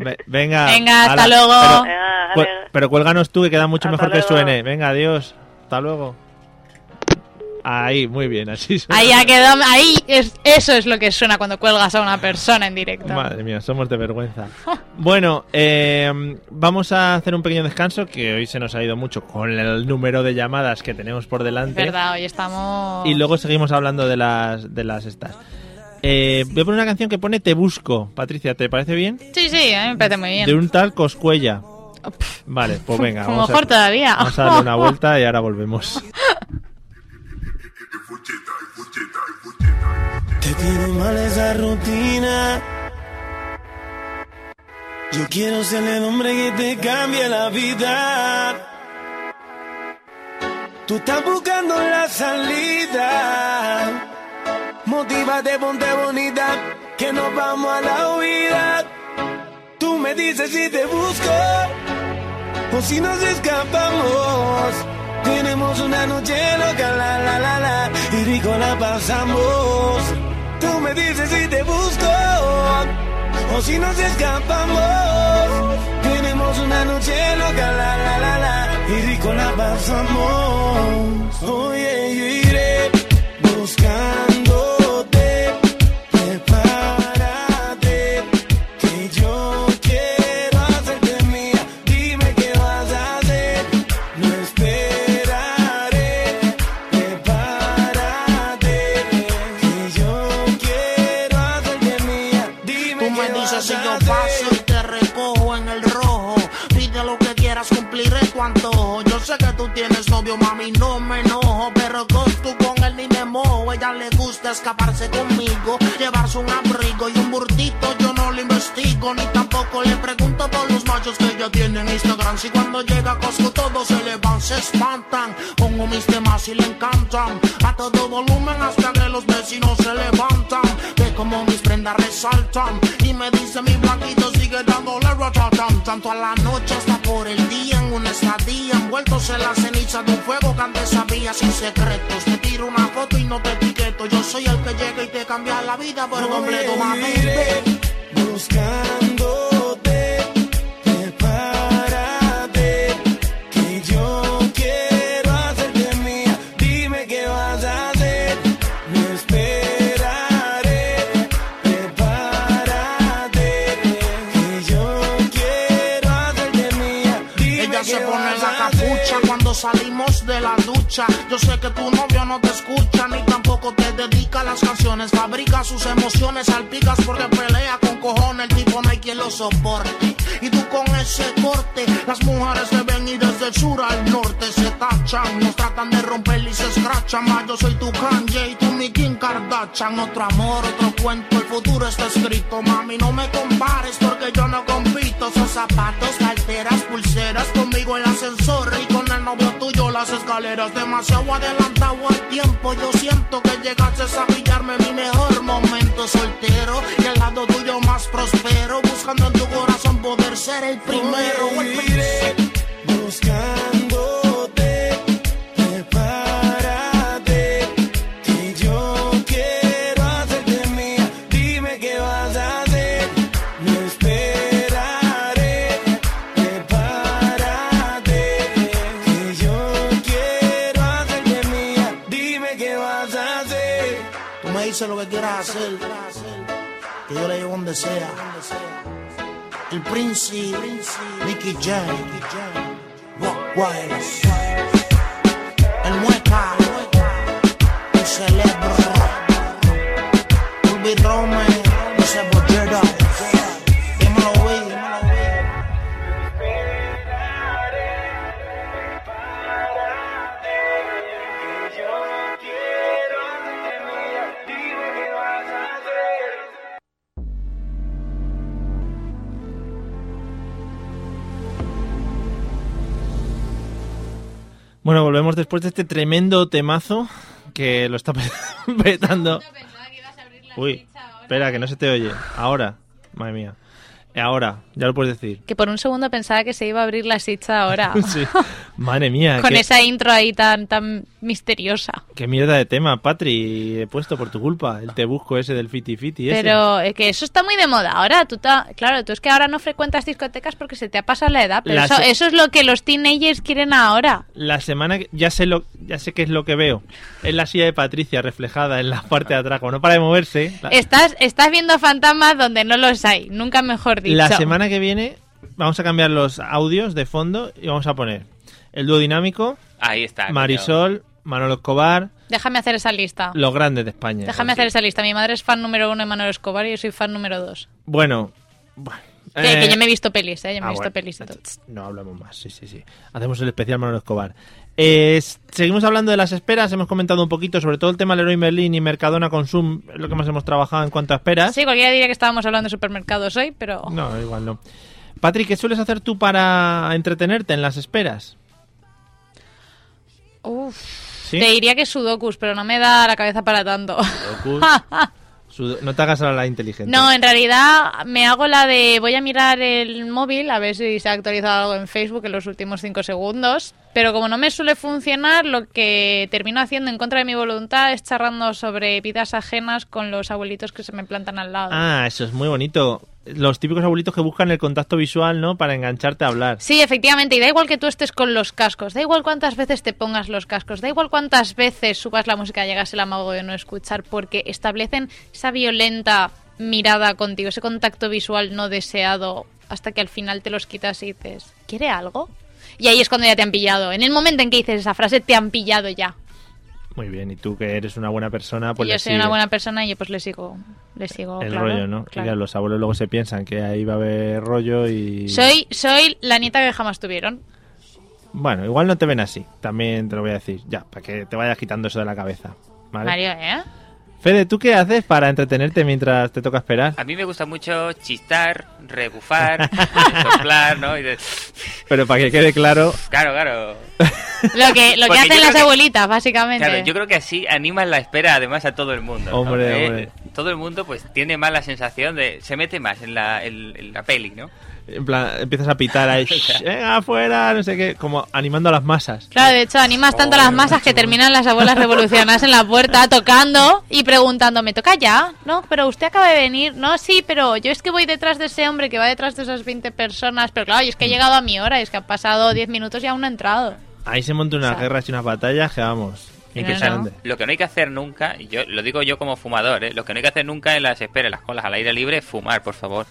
Ve- Venga. Venga, hasta ala, luego. Pero, Ah, cu- vale. pero cuélganos tú, que queda mucho Hasta mejor que luego. suene. Venga, adiós. Hasta luego. Ahí, muy bien, así suena. Ahí ha quedado, ahí es, eso es lo que suena cuando cuelgas a una persona en directo. Madre mía, somos de vergüenza. Bueno, eh, vamos a hacer un pequeño descanso que hoy se nos ha ido mucho con el número de llamadas que tenemos por Es delante. verdad, hoy estamos. Y luego seguimos hablando de las de las estas. Eh, voy a poner una canción que pone Te busco. Patricia, ¿te parece bien? Sí, sí, a mí me parece muy bien. De un tal Coscuella. Vale, pues venga. Como vamos a- mejor todavía. Vamos a darle una vuelta y ahora volvemos. Te tiene mal esa rutina. Yo quiero ser el hombre que te cambie la vida. Tú estás buscando la salida. Motívate, ponte bonita, que nos vamos a la huida. Tú me dices si te busco o si nos escapamos. Tenemos una noche loca, la la la la, y rico la pasamos. Tú me dices si te busco o si nos escapamos. Tenemos una noche loca, la la la la, y rico la pasamos. Oye, yo iré buscándote, prepárate, que yo quiero hacerte mía. Dime qué vas a hacer, no esperaré, prepárate, que yo quiero hacerte mía. Dime Tú qué me dices vas si a yo hacer. paso y te recojo en el rojo. Pide lo que quieras, cumpliré tu antojo. Yo sé que tú tienes novio, mami, no me enojo. Pero con tú con él ni me mojo. Ella le gusta escaparse conmigo, llevarse un abrigo y un burtito. Yo no lo investigo, ni tampoco le pregunto por los machos que ella tiene en Instagram. Si cuando llega a Costco todos se le van, se espantan. Pongo mis temas y le encantan. A todo volumen hasta que los vecinos se levantan. Ve como mis prendas resaltan. Y me dice mi blanquito sigue dándole ratatán. Tanto a la noche hasta por el día. En una estadía envueltos en la ceniza de un fuego que antes sabía sin secretos. Te tiro una foto y no te etiqueto. Yo soy el que llega y te cambia la vida por completo, mami. Viviré buscándote, prepárate, que yo quiero hacerte mía. Dime qué vas a hacer, no esperaré. Prepárate, que yo quiero hacerte mía. Dime Ella se qué pone vas la a capucha hacer. cuando salimos de la ducha. Yo sé que tu novio no te escucha, ni tampoco te dedica a las canciones. Fabrica sus emociones, salpicas porque pelea con cojones. El tipo no hay quien lo soporte. Y tú con ese corte, las mujeres te ven y desde el sur al norte se tachan. Nos tratan de romper y se escrachan. Mas yo soy tu Kanye y tú mi Kim Kardashian. Otro amor, otro cuento, el futuro está escrito. Mami, no me compares porque yo no compito. Son zapatos, carteras, pulseras. Conmigo el ascensor y con el novio tuyo las escaleras. Demasiado adelantado al tiempo. Yo siento que llegaste a pillarme mi mejor momento soltero. Y al lado tuyo más prospero. Buscando en tu corazón poder ser el primero. o el Viviré buscándote, prepárate, que yo quiero hacerte mía. Dime qué vas a hacer, no esperaré. Prepárate, que yo quiero hacerte mía. hacer. Tú me dices lo que quieras hacer, que yo le llevo donde sea. El Prince, Nicky Jam, Rock Wilds, el Mueca, el Celebro, Ulvi Rome, José Bollero. Dímelo, Will, dímelo, Will. Bueno, volvemos después de este tremendo temazo que lo está petando. Uy, espera, que no se te oye. Ahora, madre mía. Eh, Ahora, ya lo puedes decir. Que por un segundo pensaba que se iba a abrir la sicha ahora. Sí. Madre mía, Con qué, esa intro ahí tan, tan misteriosa. qué mierda de tema, Patri. He puesto por tu culpa el te busco ese del fiti fiti. ese. Pero es que eso está muy de moda ahora. Tú ta- claro, tú es que ahora no frecuentas discotecas porque se te ha pasado la edad. Pero La eso, se- eso es lo que los teenagers quieren ahora. La semana que, ya sé lo ya sé qué es lo que veo. Es la silla de Patricia reflejada en la parte de atrás, como no para de moverse. La, Estás, estás viendo fantasmas donde no los hay. Nunca mejor dicho. la semana que viene vamos a cambiar los audios de fondo y vamos a poner el dúo dinámico, Ahí está. Marisol, Manolo Escobar, Déjame hacer esa lista. los grandes de España. Déjame hacer esa lista. Mi madre es fan número uno de Manuel Escobar y yo soy fan número dos. Bueno, bueno, Que- que eh, yo me he visto pelis, ¿eh? Yo me ah, he visto bueno. pelis y todo. No hablamos más, sí, sí, sí. Hacemos el especial Manolo Escobar. Eh, s- seguimos hablando de las esperas, hemos comentado un poquito sobre todo el tema Leroy Merlin y Mercadona Consum, es lo que más hemos trabajado en cuanto a esperas. Sí, cualquiera diría que estábamos hablando de supermercados hoy, pero... No, igual no. Patrick, ¿qué sueles hacer tú para entretenerte en las esperas? Uf. ¿Sí? Te diría que sudokus, pero no me da la cabeza para tanto. Sudokus. Sud- No te hagas a la inteligente. No, en realidad me hago la de voy a mirar el móvil a ver si se ha actualizado algo en Facebook en los últimos cinco segundos. Pero como no me suele funcionar, lo que termino haciendo en contra de mi voluntad es charrando sobre vidas ajenas con los abuelitos que se me plantan al lado. Ah, eso es muy bonito. Los típicos abuelitos que buscan el contacto visual, ¿no? Para engancharte a hablar. Sí, efectivamente, y da igual que tú estés con los cascos, da igual cuántas veces te pongas los cascos, da igual cuántas veces subas la música y llegas el amago de no escuchar, porque establecen esa violenta mirada contigo, ese contacto visual no deseado, hasta que al final te los quitas y dices, ¿quiere algo? Y ahí es cuando ya te han pillado. En el momento en que dices esa frase, te han pillado ya. Muy bien, y tú que eres una buena persona, Y pues yo le soy una sigues buena persona y yo pues le sigo, le sigo. el claro, rollo, ¿no? claro. Claro, los abuelos luego se piensan que ahí va a haber rollo y... Soy, soy la nieta que jamás tuvieron. Bueno, igual no te ven así, también te lo voy a decir, ya, para que te vayas quitando eso de la cabeza. ¿vale? Mario, ¿eh? Fede, ¿tú qué haces para entretenerte mientras te toca esperar? A mí me gusta mucho chistar, rebufar, soplar, ¿no? Y de- Pero para que quede claro, Claro, claro. Lo que, lo que Porque yo hacen creo las que- abuelitas, básicamente. Claro, yo creo que así animas la espera además a todo el mundo. ¿no? Hombre, Eh, hombre. Todo el mundo pues tiene más la sensación de... Se mete más en la, en- en la peli, ¿no? en plan, empiezas a pitar ahí, venga, afuera, no sé qué, como animando a las masas. Claro, de hecho, animas tanto a las masas que terminan las abuelas revolucionadas en la puerta tocando y preguntando, ¿me toca ya? No, pero usted acaba de venir. No, sí, pero yo es que voy detrás de ese hombre que va detrás de esas 20 personas. Pero claro, yo es Mm. que he llegado a mi hora, y es que han pasado 10 minutos y aún no he entrado. Ahí se montan unas guerras y unas batallas que vamos, No, impresionante. Lo que no hay que hacer nunca, y yo lo digo yo como fumador, ¿eh? lo que no hay que hacer nunca en las esperas, en las colas al aire libre, es fumar, por favor.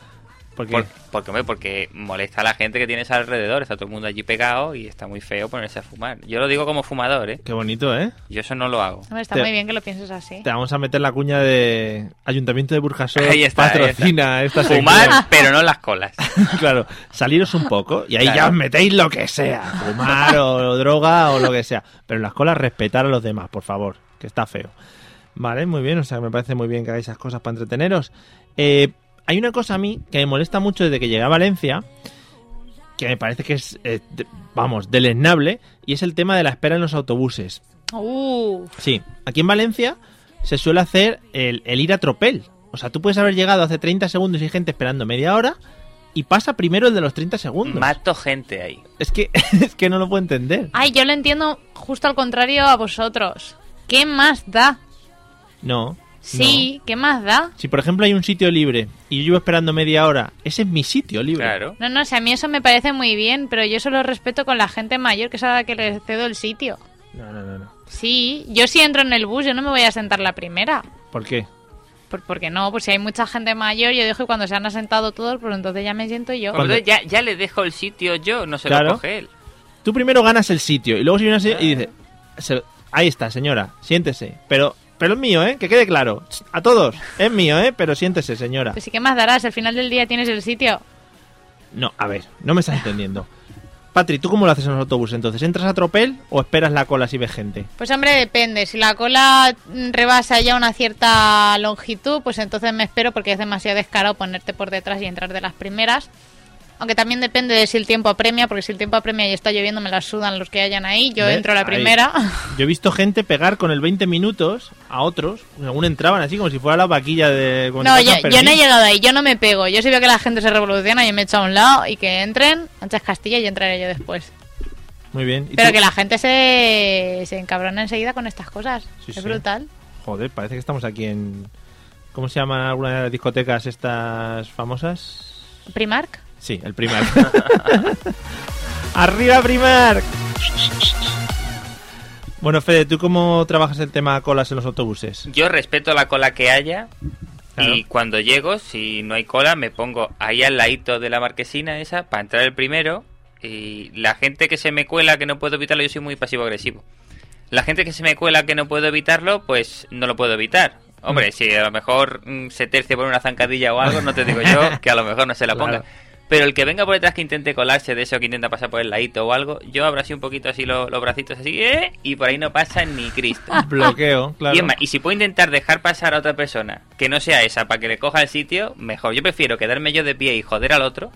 Porque Por- porque, hombre, porque molesta a la gente que tienes alrededor, está todo el mundo allí pegado y está muy feo ponerse a fumar. Yo lo digo como fumador, ¿eh? qué bonito, ¿eh? Yo eso no lo hago. Hombre, está Te- muy bien que lo pienses así. Te vamos a meter la cuña de Ayuntamiento de Burjasot Ahí está, ahí patrocina esta sección. Fumar, pero no en las colas. claro, saliros un poco y ahí Claro. ya os metéis lo que sea, fumar o droga o lo que sea. Pero en las colas respetar a los demás, por favor, que está feo. Vale, muy bien, o sea, me parece muy bien que hagáis esas cosas para entreteneros. Eh, hay una cosa a mí que me molesta mucho desde que llegué a Valencia, que me parece que es, eh, de- vamos, deleznable, y es el tema de la espera en los autobuses. Uh, Sí, aquí en Valencia se suele hacer el, el ir a tropel. O sea, tú puedes haber llegado hace 30 segundos y hay gente esperando media hora y pasa primero el de los 30 segundos. Mato gente ahí. Es que es que no lo puedo entender. ay, yo lo entiendo justo al contrario a vosotros. ¿Qué más da? No. Sí, ¿qué más da? no. Si por ejemplo hay un sitio libre y yo llevo esperando media hora, ese es mi sitio libre. Claro. No, no, si a mí eso me parece muy bien, pero yo eso lo respeto con la gente mayor, que es a la que le cedo el sitio. No, no, no, no. Sí, yo si entro en el bus, yo no me voy a sentar la primera. ¿Por qué? Por- porque no, pues si hay mucha gente mayor, yo dejo que cuando se han asentado todos, pues entonces ya me siento yo. Pero entonces ya, ya le dejo el sitio yo, no se Claro. lo coge él. Tú primero ganas el sitio y luego si viene una señora y dice, "Se- ahí está, señora, siéntese. Pero, pero es mío, ¿eh? Que quede claro. Ch, A todos, es mío, ¿eh? Pero siéntese, señora. Pues sí, ¿qué más darás? Al final del día tienes el sitio. No, a ver, no me estás entendiendo. Patri, ¿tú cómo lo haces en los autobuses? Entonces, ¿entras a tropel o esperas la cola si ves gente? Pues hombre, depende. Si la cola mm, rebasa ya una cierta longitud, pues entonces me espero porque es demasiado descarado ponerte por detrás y entrar de las primeras. Aunque también depende de si el tiempo apremia, porque si el tiempo apremia y está lloviendo, me la sudan los que hayan ahí. Yo ¿Ves? entro a la Ahí. primera. Yo he visto gente pegar con el 20 minutos a otros, según entraban así, como si fuera la vaquilla de... cuando No, yo, pasan yo no he permiso. llegado ahí, yo no me pego. Yo si veo que la gente se revoluciona, yo me echo a un lado y que entren, anchas Castilla y entraré yo después. Muy bien. ¿Y Pero tú? que la gente se, se encabrona enseguida con estas cosas. Sí, es sí. brutal. Joder, parece que estamos aquí en... ¿Cómo se llaman algunas de las discotecas estas famosas? Primark. Sí, el Primark. ¡Arriba Primark! Bueno, Fede, ¿tú cómo trabajas el tema colas en los autobuses? Yo respeto la cola que haya Pues, Claro. y cuando llego, si no hay cola, me pongo ahí al ladito de la marquesina esa para entrar el primero y la gente que se me cuela que no puedo evitarlo, yo soy muy pasivo-agresivo. La gente que se me cuela que no puedo evitarlo, pues no lo puedo evitar. Hombre, Mm. si a lo mejor mm, se terce por una zancadilla o algo, no te digo yo que a lo mejor no se la ponga. Claro. Pero el que venga por detrás que intente colarse de eso, que intenta pasar por el ladito o algo, yo abro así un poquito así lo- los bracitos así, ¡eh! y por ahí no pasa ni Cristo. Bloqueo, claro. Y, es más, y si puedo intentar dejar pasar a otra persona que no sea esa para que le coja el sitio, mejor. Yo prefiero quedarme yo de pie y joder al otro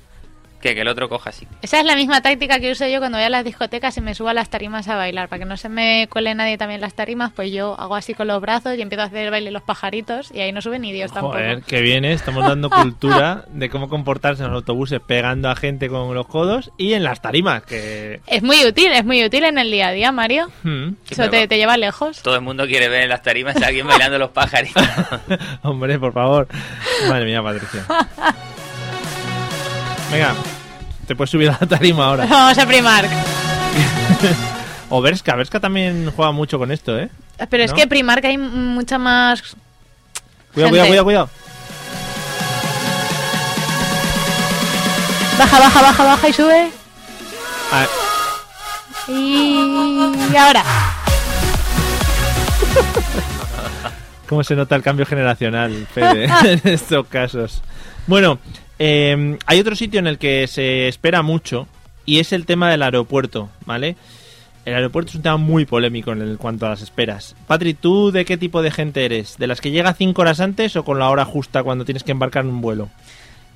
que que el otro coja sitio. Esa es la misma táctica que uso yo cuando voy a las discotecas y me subo a las tarimas a bailar. Para que no se me cuele nadie también en las tarimas, pues yo hago así con los brazos y empiezo a hacer el baile de los pajaritos y ahí no sube ni Dios tampoco. Joder, qué bien, ¿eh? estamos dando cultura de cómo comportarse en los autobuses pegando a gente con los codos y en las tarimas, que... Es muy útil, es muy útil en el día a día, Mario. Hmm, Eso te, te lleva lejos. Todo el mundo quiere ver en las tarimas a alguien bailando los pajaritos. Hombre, por favor. Madre mía, Patricia. Venga, te puedes subir a la tarima ahora. Vamos a primar. O Berska, Berska también juega mucho con esto, ¿eh? Pero es ¿No? que primar que hay mucha más... Cuidado, cuidado, Gente. cuidado, cuidado. Baja, baja, baja, baja y sube. Ah, Y ahora. ¿Cómo se nota el cambio generacional, Fede, en estos casos? Bueno, eh, hay otro sitio en el que se espera mucho y es el tema del aeropuerto, ¿vale? El aeropuerto es un tema muy polémico en el- cuanto a las esperas. Patri, ¿tú de qué tipo de gente eres? ¿De las que llega cinco horas antes o con la hora justa cuando tienes que embarcar en un vuelo?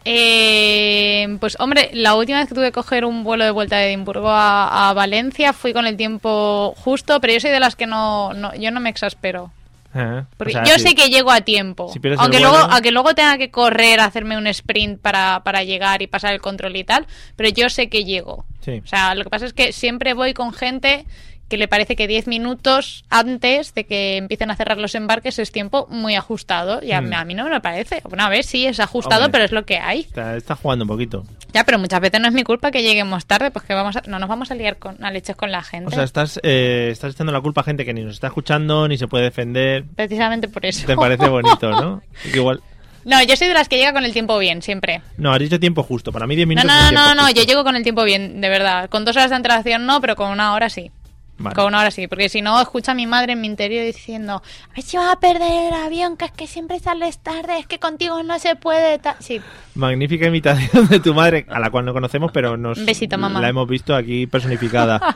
Eh, pues hombre, la última vez que tuve que coger un vuelo de vuelta de Edimburgo a, a Valencia fui con el tiempo justo, pero yo soy de las que no, no- yo no me exaspero. Ah, o Porque sea, yo sí. sé que llego a tiempo. Si pierdes el aunque, luego, vuelo- aunque luego tenga que correr, hacerme un sprint para, para llegar y pasar el control y tal, pero yo sé que llego. Sí. O sea, lo que pasa es que siempre voy con gente que le parece que 10 minutos antes de que empiecen a cerrar los embarques es tiempo muy ajustado. Y a, Hmm. a mí no me lo parece. Una vez sí es ajustado, Hombre. pero es lo que hay. Está, está jugando un poquito. Ya, pero muchas veces no es mi culpa que lleguemos tarde, pues que vamos a- no nos vamos a liar con, a leches con la gente. O sea, estás, eh, estás echando la culpa a gente que ni nos está escuchando, ni se puede defender. Precisamente por eso. Te parece bonito, ¿no? Igual. No, yo soy de las que llega con el tiempo bien, siempre. No, has dicho tiempo justo. Para mí 10 No, minutos es no, no, tiempo no, no, justo. yo llego con el tiempo bien, de verdad. Con dos horas de antelación no, pero con una hora sí. Vale. Con una hora sí, porque si no, escucha a mi madre en mi interior diciendo, a ver si vas a perder el avión, que es que siempre sales tarde, es que contigo no se puede... ta-". Sí, Magnífica imitación de tu madre, a la cual no conocemos, pero nos Un besito, mamá. la hemos visto aquí personificada.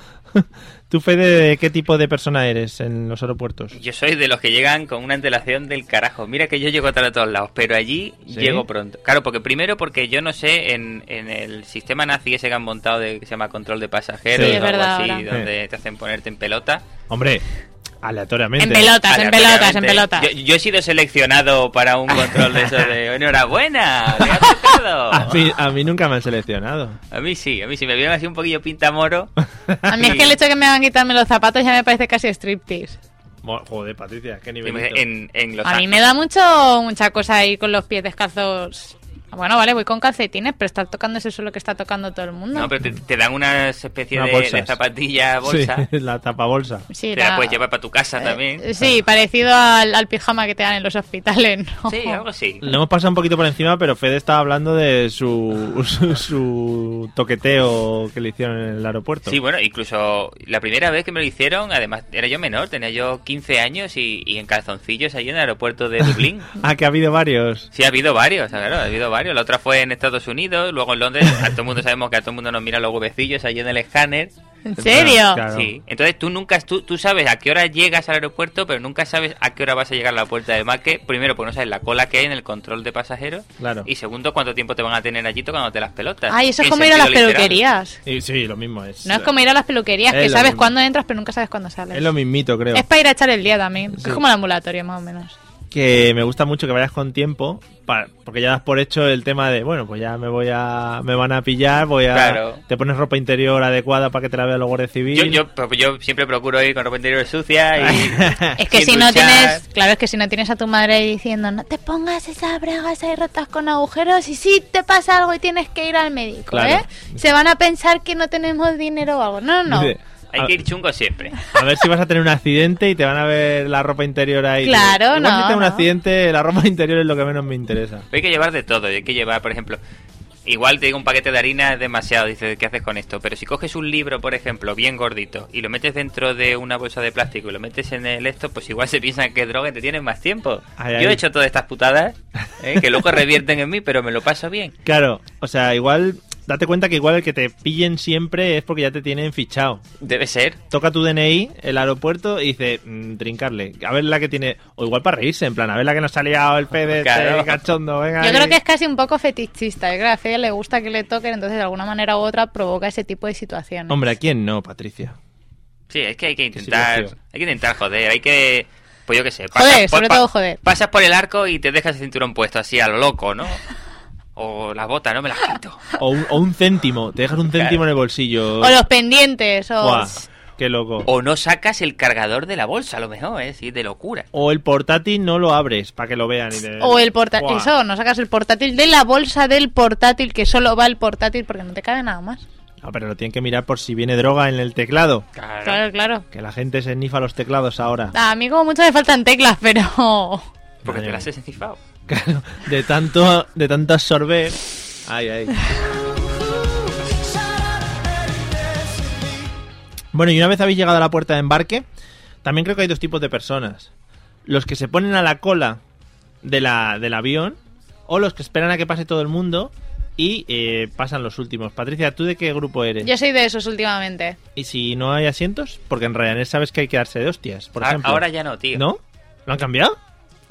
¿Tú, Fede, de qué tipo de persona eres en los aeropuertos? Yo soy de los que llegan con una antelación del carajo. Mira que yo llego tarde a todos lados, pero allí ¿Sí? llego pronto. Claro, porque primero porque yo no sé en, en el sistema nazi ese que han montado de, que se llama control de pasajeros Sí, es o algo verdad, así, ahora. donde te hacen ponerte en pelota. Hombre, aleatoriamente. en pelotas, en pelotas, en pelotas. Yo, yo he sido seleccionado para un control de eso de enhorabuena, le has acertado". A mí, a mí nunca me han seleccionado. A mí sí, a mí sí, me vieron así un poquillo pintamoro. A mí es que el hecho de que me hagan quitarme los zapatos ya me parece casi striptease. Mo- Joder, Patricia, qué Y nivel. me- En, en Los A mí Ángeles. me da mucho mucha cosa ir con los pies descalzos. Bueno, vale, voy con calcetines, pero estar tocando ese suelo que está tocando todo el mundo. No, pero te, te dan unas especies Unas de, bolsas. de zapatillas, bolsa. Sí, la tapabolsa. Sí, Te la la- puedes llevar para tu casa también. Eh, Sí, parecido al, al pijama que te dan en los hospitales, ¿no? Sí, algo así. Lo hemos pasado un poquito por encima, pero Fede estaba hablando de su, su, su toqueteo que le hicieron en el aeropuerto. Sí, bueno, incluso la primera vez que me lo hicieron, además era yo menor, tenía yo 15 años y, y en calzoncillos ahí en el aeropuerto de Dublín. Ah, que ha habido varios. Sí, ha habido varios, claro, ha habido varios. La otra fue en Estados Unidos, luego en Londres. A todo el mundo sabemos que a todo el mundo nos mira los huevecillos allí en el escáner. ¿En serio? Claro. Sí. Entonces tú nunca tú, tú sabes a qué hora llegas al aeropuerto, pero nunca sabes a qué hora vas a llegar a la puerta de Maque. Primero, porque no sabes la cola que hay en el control de pasajeros. Claro. Y segundo, cuánto tiempo te van a tener allí tocándote las pelotas. Ay, eso es En como ir a las sentido literal. peluquerías. Y sí, lo mismo es. No es como ir a las peluquerías, Es que lo sabes mismo. cuándo entras, pero nunca sabes cuándo sales. Es lo mismito, creo. Es para ir a echar el día también. Es como la ambulatoria, más o menos. Que me gusta mucho que vayas con tiempo, pa- porque ya das por hecho el tema de, bueno, pues ya me voy a... me van a pillar, voy a... Claro. Te pones ropa interior adecuada para que te la vea los guardias Yo, civiles. yo, pues yo siempre procuro ir con ropa interior sucia y... Es que sin si no duchar. tienes, claro, es que si no tienes a tu madre ahí diciendo, no te pongas esas bragas ahí rotas con agujeros y si te pasa algo y tienes que ir al médico, Claro. ¿eh? Se van a pensar que no tenemos dinero o algo. No, no, no. Dice, Hay que ir chungo siempre. A ver si vas a tener un accidente y te van a ver la ropa interior ahí. Claro, Igual no, Si tengo un no. accidente, la ropa interior es lo que menos me interesa. Hay que llevar de todo, hay que llevar, por ejemplo, igual te digo un paquete de harina es demasiado, dices, ¿qué haces con esto? Pero si coges un libro, por ejemplo, bien gordito, y lo metes dentro de una bolsa de plástico y lo metes en el esto, pues igual se piensan que es droga y te tienes más tiempo. Ay, Yo ay. he hecho todas estas putadas, ¿eh? que luego revierten en mí, pero me lo paso bien. Claro, o sea, igual, date cuenta que igual el que te pillen siempre es porque ya te tienen fichado. Debe ser. Toca tu DNI, el aeropuerto, y dice, mm, trincarle. A ver la que tiene. O igual para reírse, en plan, a ver la que nos ha liado el Fede, Claro. este cachondo, venga. Yo ahí. creo que es casi un poco fetichista. Yo creo que a Fede le gusta que le toquen, entonces de alguna manera u otra provoca ese tipo de situaciones. Hombre, ¿a quién no, Patricia? Sí, es que hay que Qué intentar, silencio. hay que intentar joder, hay que... Pues yo qué sé, Joder, sobre todo joder. Pasas por el arco y te dejas el cinturón puesto así a lo loco, ¿no? O las botas, no me las quito. O un, o un céntimo, te dejas un céntimo Claro. en el bolsillo. O los pendientes, o... Buah, ¡Qué loco! O no sacas el cargador de la bolsa, a lo mejor, ¿eh? Sí, de locura. O el portátil no lo abres para que lo vean. Y te- O el portátil, Buah. eso, no sacas el portátil de la bolsa del portátil, que solo va el portátil porque no te cabe nada más. No, pero lo tienen que mirar por si viene droga en el teclado. Claro. Claro, claro. Que la gente se nifa los teclados ahora. A mí como mucho me faltan teclas, pero... Madre Porque te mía. las has encifado. Claro, de tanto, de tanto absorber. Ay, ay. Bueno, y una vez habéis llegado a la puerta de embarque, también creo que hay dos tipos de personas. Los que se ponen a la cola de la, del avión o los que esperan a que pase todo el mundo y eh, pasan los últimos. Patricia, ¿tú de qué grupo eres? Yo soy de esos últimamente. ¿Y si no hay asientos? Porque en Ryanair sabes que hay que darse de hostias, por A- ejemplo. Ah, Ahora ya no, tío. ¿No? ¿Lo han cambiado?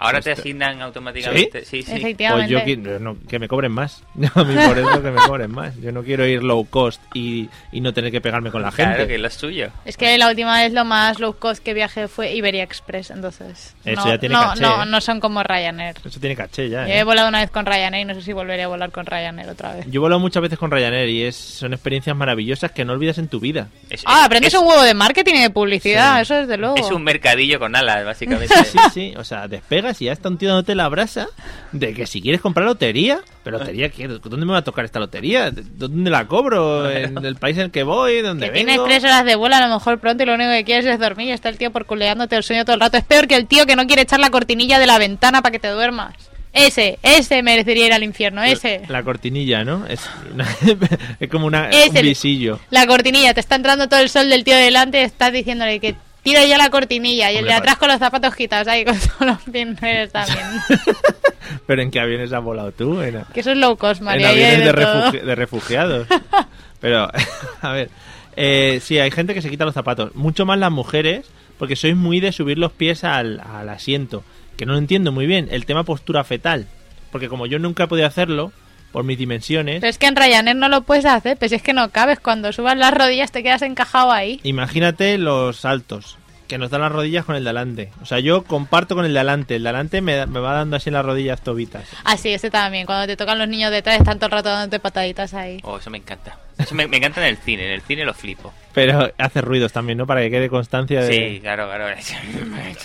Ahora te asignan automáticamente. Sí, sí. Pues Efectivamente. yo qui- yo no- que me cobren más. No, a mí por eso que me cobren más. Yo no quiero ir low cost y, y no tener que pegarme con la gente. Claro que es lo suyo. Es que la última vez lo más low cost que viajé fue Iberia Express, entonces... Eso no, ya tiene no, caché, no, ¿eh? no son como Ryanair. Eso tiene caché ya. Yo ¿eh? he volado una vez con Ryanair y no sé si volveré a volar con Ryanair otra vez. Yo he volado muchas veces con Ryanair y es, son experiencias maravillosas que no olvidas en tu vida. Es- Ah, es- aprendes es, un huevo de marketing y de publicidad, Sí. eso desde luego. Es un mercadillo con alas, básicamente. Sí, sí, o sea, despegas y ya está un tío dándote la brasa de que si quieres comprar lotería, pero lotería, ¿qué? ¿dónde me va a tocar esta lotería? ¿Dónde la cobro? ¿En el país en el que voy? ¿Dónde Que vengo? tienes tres horas de vuelo a lo mejor pronto y lo único que quieres es dormir y está el tío por culeándote el sueño todo el rato. Es peor que el tío que no quiere echar la cortinilla de la ventana para que te duermas. Ese, ese merecería ir al infierno, ese. Pues La cortinilla, ¿no? Es, es como una, Es un el- visillo. La cortinilla, te está entrando todo el sol del tío de delante y estás diciéndole que tira ya la cortinilla y el Hombre, de atrás padre. con los zapatos quitados ahí con todos los pinceles también. ¿Pero en qué aviones has volado tú? En, que eso es low cost, en María. y hay aviones de, de todo. refugi- de refugiados. Pero, a ver, eh, sí, hay gente que se quita los zapatos. Mucho más las mujeres, porque sois muy de subir los pies al, al asiento. Que no lo entiendo muy bien. El tema postura fetal. Porque como yo nunca he podido hacerlo, por mis dimensiones, Pero es que en Ryanair no lo puedes hacer, pues es que no cabes. Cuando subas las rodillas te quedas encajado ahí. imagínate los saltos. Que nos dan las rodillas con el de delante. O sea, yo comparto con el de delante. El de delante me, da- me va dando así en las rodillas tobitas. Así, Ah, ese también. Cuando te tocan los niños detrás, están todo el rato dándote pataditas ahí. Oh, eso me encanta. Eso me, me encanta en el cine. En el cine lo flipo. Pero hace ruidos también, ¿no? Para que quede constancia de... Sí, claro, claro.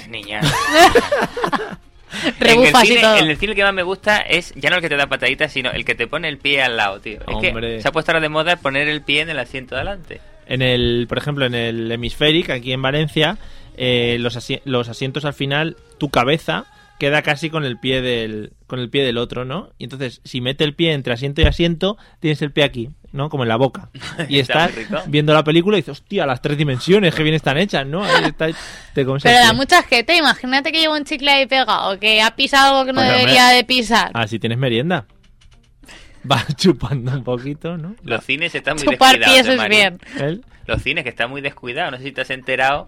Niña. Este en, el Rebufas y cine, todo. en el cine el que más me gusta es ya no el que te da pataditas, sino el que te pone el pie al lado, tío. Es Hombre. que se ha puesto ahora de moda poner el pie en el asiento de adelante. En el, por ejemplo, en el Hemispheric, aquí en Valencia, eh, los, asi- los asientos al final, tu cabeza queda casi con el pie del, con el pie del otro, ¿no? Y entonces, si mete el pie entre asiento y asiento, tienes el pie aquí, ¿no? Como en la boca. Y Está estás muy rico. viendo la película y dices, hostia, las tres dimensiones, que bien están hechas, ¿no? Ahí está, te comes el Pero da pie. mucha gente, imagínate que lleva un chicle ahí pega o que ha pisado algo que no Pues, hombre. debería de pisar. Ah, si tienes merienda. Vas chupando un poquito, ¿no? Los cines están muy Chupar descuidados. pies es Mario. bien. Él- Los cines que están muy descuidados. No sé si te has enterado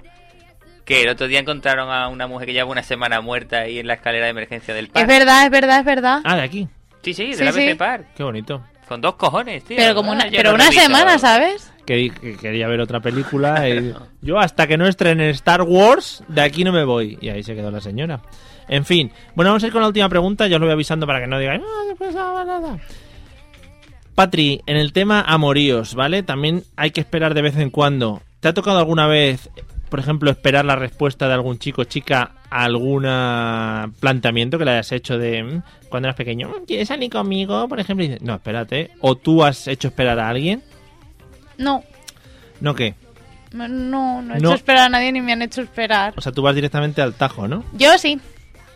que el otro día encontraron a una mujer que lleva una semana muerta ahí en la escalera de emergencia del Es parque. verdad, es verdad, es verdad. Ah, de aquí. Sí, sí, de Sí, la sí. BC Park. Qué bonito. Con dos cojones, tío. pero como una, Ah, yo no pero lo una he visto. semana, ¿sabes? que, di- que quería ver otra película. y- yo hasta que no estrenen Star Wars, de aquí no me voy. Y ahí se quedó la señora. En fin, bueno, vamos a ir con la última pregunta. Yo os lo voy avisando para que no digáis, "Ah, después no va nada". Patri, en el tema amoríos, ¿vale? También hay que esperar de vez en cuando. ¿Te ha tocado alguna vez, por ejemplo, esperar la respuesta de algún chico o chica a algún planteamiento que le hayas hecho de mm, cuando eras pequeño? "Mm, ¿Quieres salir conmigo? Por ejemplo, y dices, no, espérate. ¿O tú has hecho esperar a alguien? No, ¿No qué? no, no, no he No. hecho esperar a nadie ni me han hecho esperar. O sea, tú vas directamente al tajo, ¿no? Yo sí.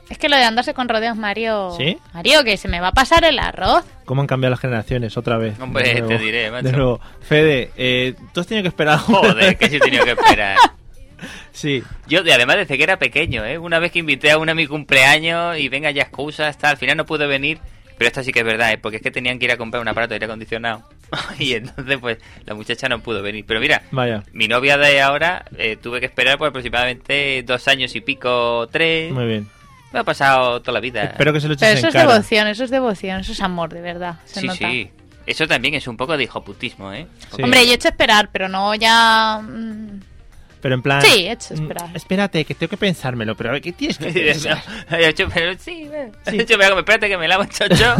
Es que lo de andarse con rodeos, Mario. ¿Sí? Mario, que se me va a pasar el arroz. ¿Cómo han cambiado las generaciones otra vez? Hombre, De te nuevo. diré, macho. De nuevo, Fede, eh, tú has tenido que esperar. Joder, que sí he tenido que esperar. sí, Yo, de- además, desde que era pequeño, ¿eh? Una vez que invité a una a mi cumpleaños y venga ya excusas, tal, al final no pude venir. Pero esto sí que es verdad, ¿eh? Porque es que tenían que ir a comprar un aparato de aire acondicionado. y entonces, pues, la muchacha no pudo venir. Pero mira, vaya. mi novia de ahora eh, tuve que esperar por aproximadamente dos años y pico, tres. Muy bien. Me ha pasado toda la vida. Espero que se lo eches Pero en eso es cara. devoción, eso es devoción, eso es amor, de verdad. Se sí, nota. sí. Eso también es un poco de hijoputismo, ¿eh? Sí. Hombre, yo he hecho esperar, pero no ya. mm, Pero en plan. Sí, he hecho esperar. Mm, Espérate, que tengo que pensármelo, pero a ver, ¿qué tienes que Y eso, pensar? he hecho, pero sí, eh. Sí. He hecho, pero espérate que me lavo el chocho.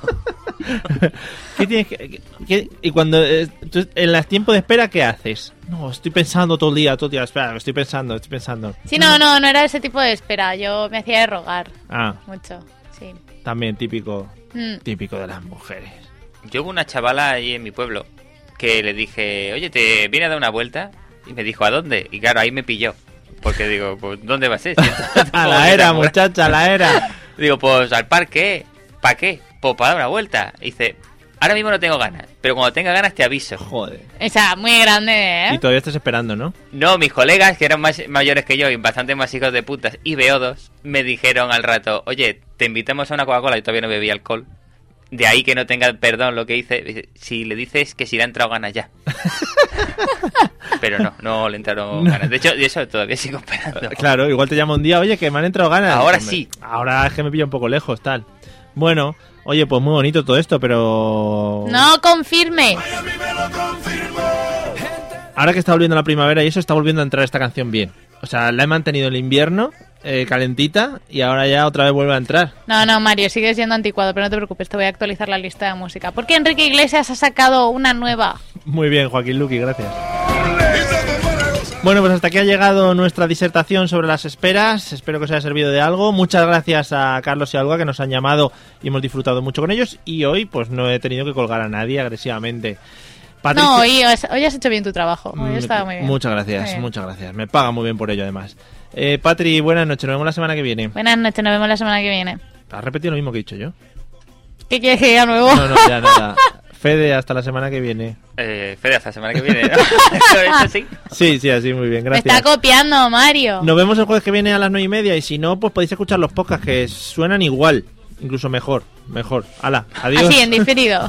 ¿Qué tienes que, qué- qué- y cuando eh, tú- en las tiempos de espera qué haces? No, estoy pensando todo el día, todo el día, espera, estoy pensando, estoy pensando. Sí, no, no, no era ese tipo de espera. Yo me hacía de rogar Ah, mucho. Sí. también típico, Mm. típico de las mujeres. Yo hubo una chavala ahí en mi pueblo que le dije, oye, ¿te viene a dar una vuelta? Y me dijo, ¿a dónde? Y claro, ahí me pilló. Porque digo, pues, ¿dónde vas a ir? A la era, muchacha, a la era. Digo, pues al parque, ¿para qué? Pues para dar una vuelta. Y dice, ahora mismo no tengo ganas, pero cuando tenga ganas te aviso. Joder. O sea, muy grande, ¿eh? Y todavía estás esperando, ¿no? No, mis colegas, que eran más mayores que yo y bastante más hijos de putas y beodos, me dijeron al rato, oye, te invitamos a una Coca-Cola, yo todavía no bebí alcohol. De ahí que no tenga perdón lo que hice, Dice, si le dices que si le han entrado ganas ya. Pero no, no le entraron ganas. De hecho, de eso todavía sigo esperando. Claro, igual te llamo un día, oye, que me han entrado ganas. Ahora Hombre, sí. Ahora es que me pilla un poco lejos, tal. Bueno, oye, pues muy bonito todo esto, pero. No confirme. Ahora que está volviendo la primavera y eso, está volviendo a entrar esta canción bien. O sea, la he mantenido el invierno, eh, calentita, y ahora ya otra vez vuelve a entrar. No, no, Mario, sigues siendo anticuado, pero no te preocupes, te voy a actualizar la lista de música. Porque Enrique Iglesias ha sacado una nueva. Muy bien, Joaquín Luqui, gracias. Bueno, pues hasta aquí ha llegado nuestra disertación sobre las esperas. Espero que os haya servido de algo. Muchas gracias a Carlos y Alba que nos han llamado y hemos disfrutado mucho con ellos. Y hoy, pues no he tenido que colgar a nadie agresivamente. Patricia- No, hoy, has- hoy has hecho bien tu trabajo. Hoy Mm, estaba muy bien. Muchas Muy gracias, bien. muchas gracias. Me paga muy bien por ello, además. Eh, Patri, buenas noches. Nos vemos la semana que viene. Buenas noches, nos vemos la semana que viene. ¿Has repetido lo mismo que he dicho yo? ¿Qué quieres que diga nuevo? No, no, ya nada. Fede, hasta la semana que viene. Eh, Fede, hasta la semana que viene. ¿no? Eso sí. Sí, sí, así, muy bien, Me gracias. está copiando, Mario. Nos vemos el jueves que viene a las 9 y media. Y si no, pues podéis escuchar los podcasts que suenan igual. Incluso mejor, mejor. Hala, adiós. Así, en diferido.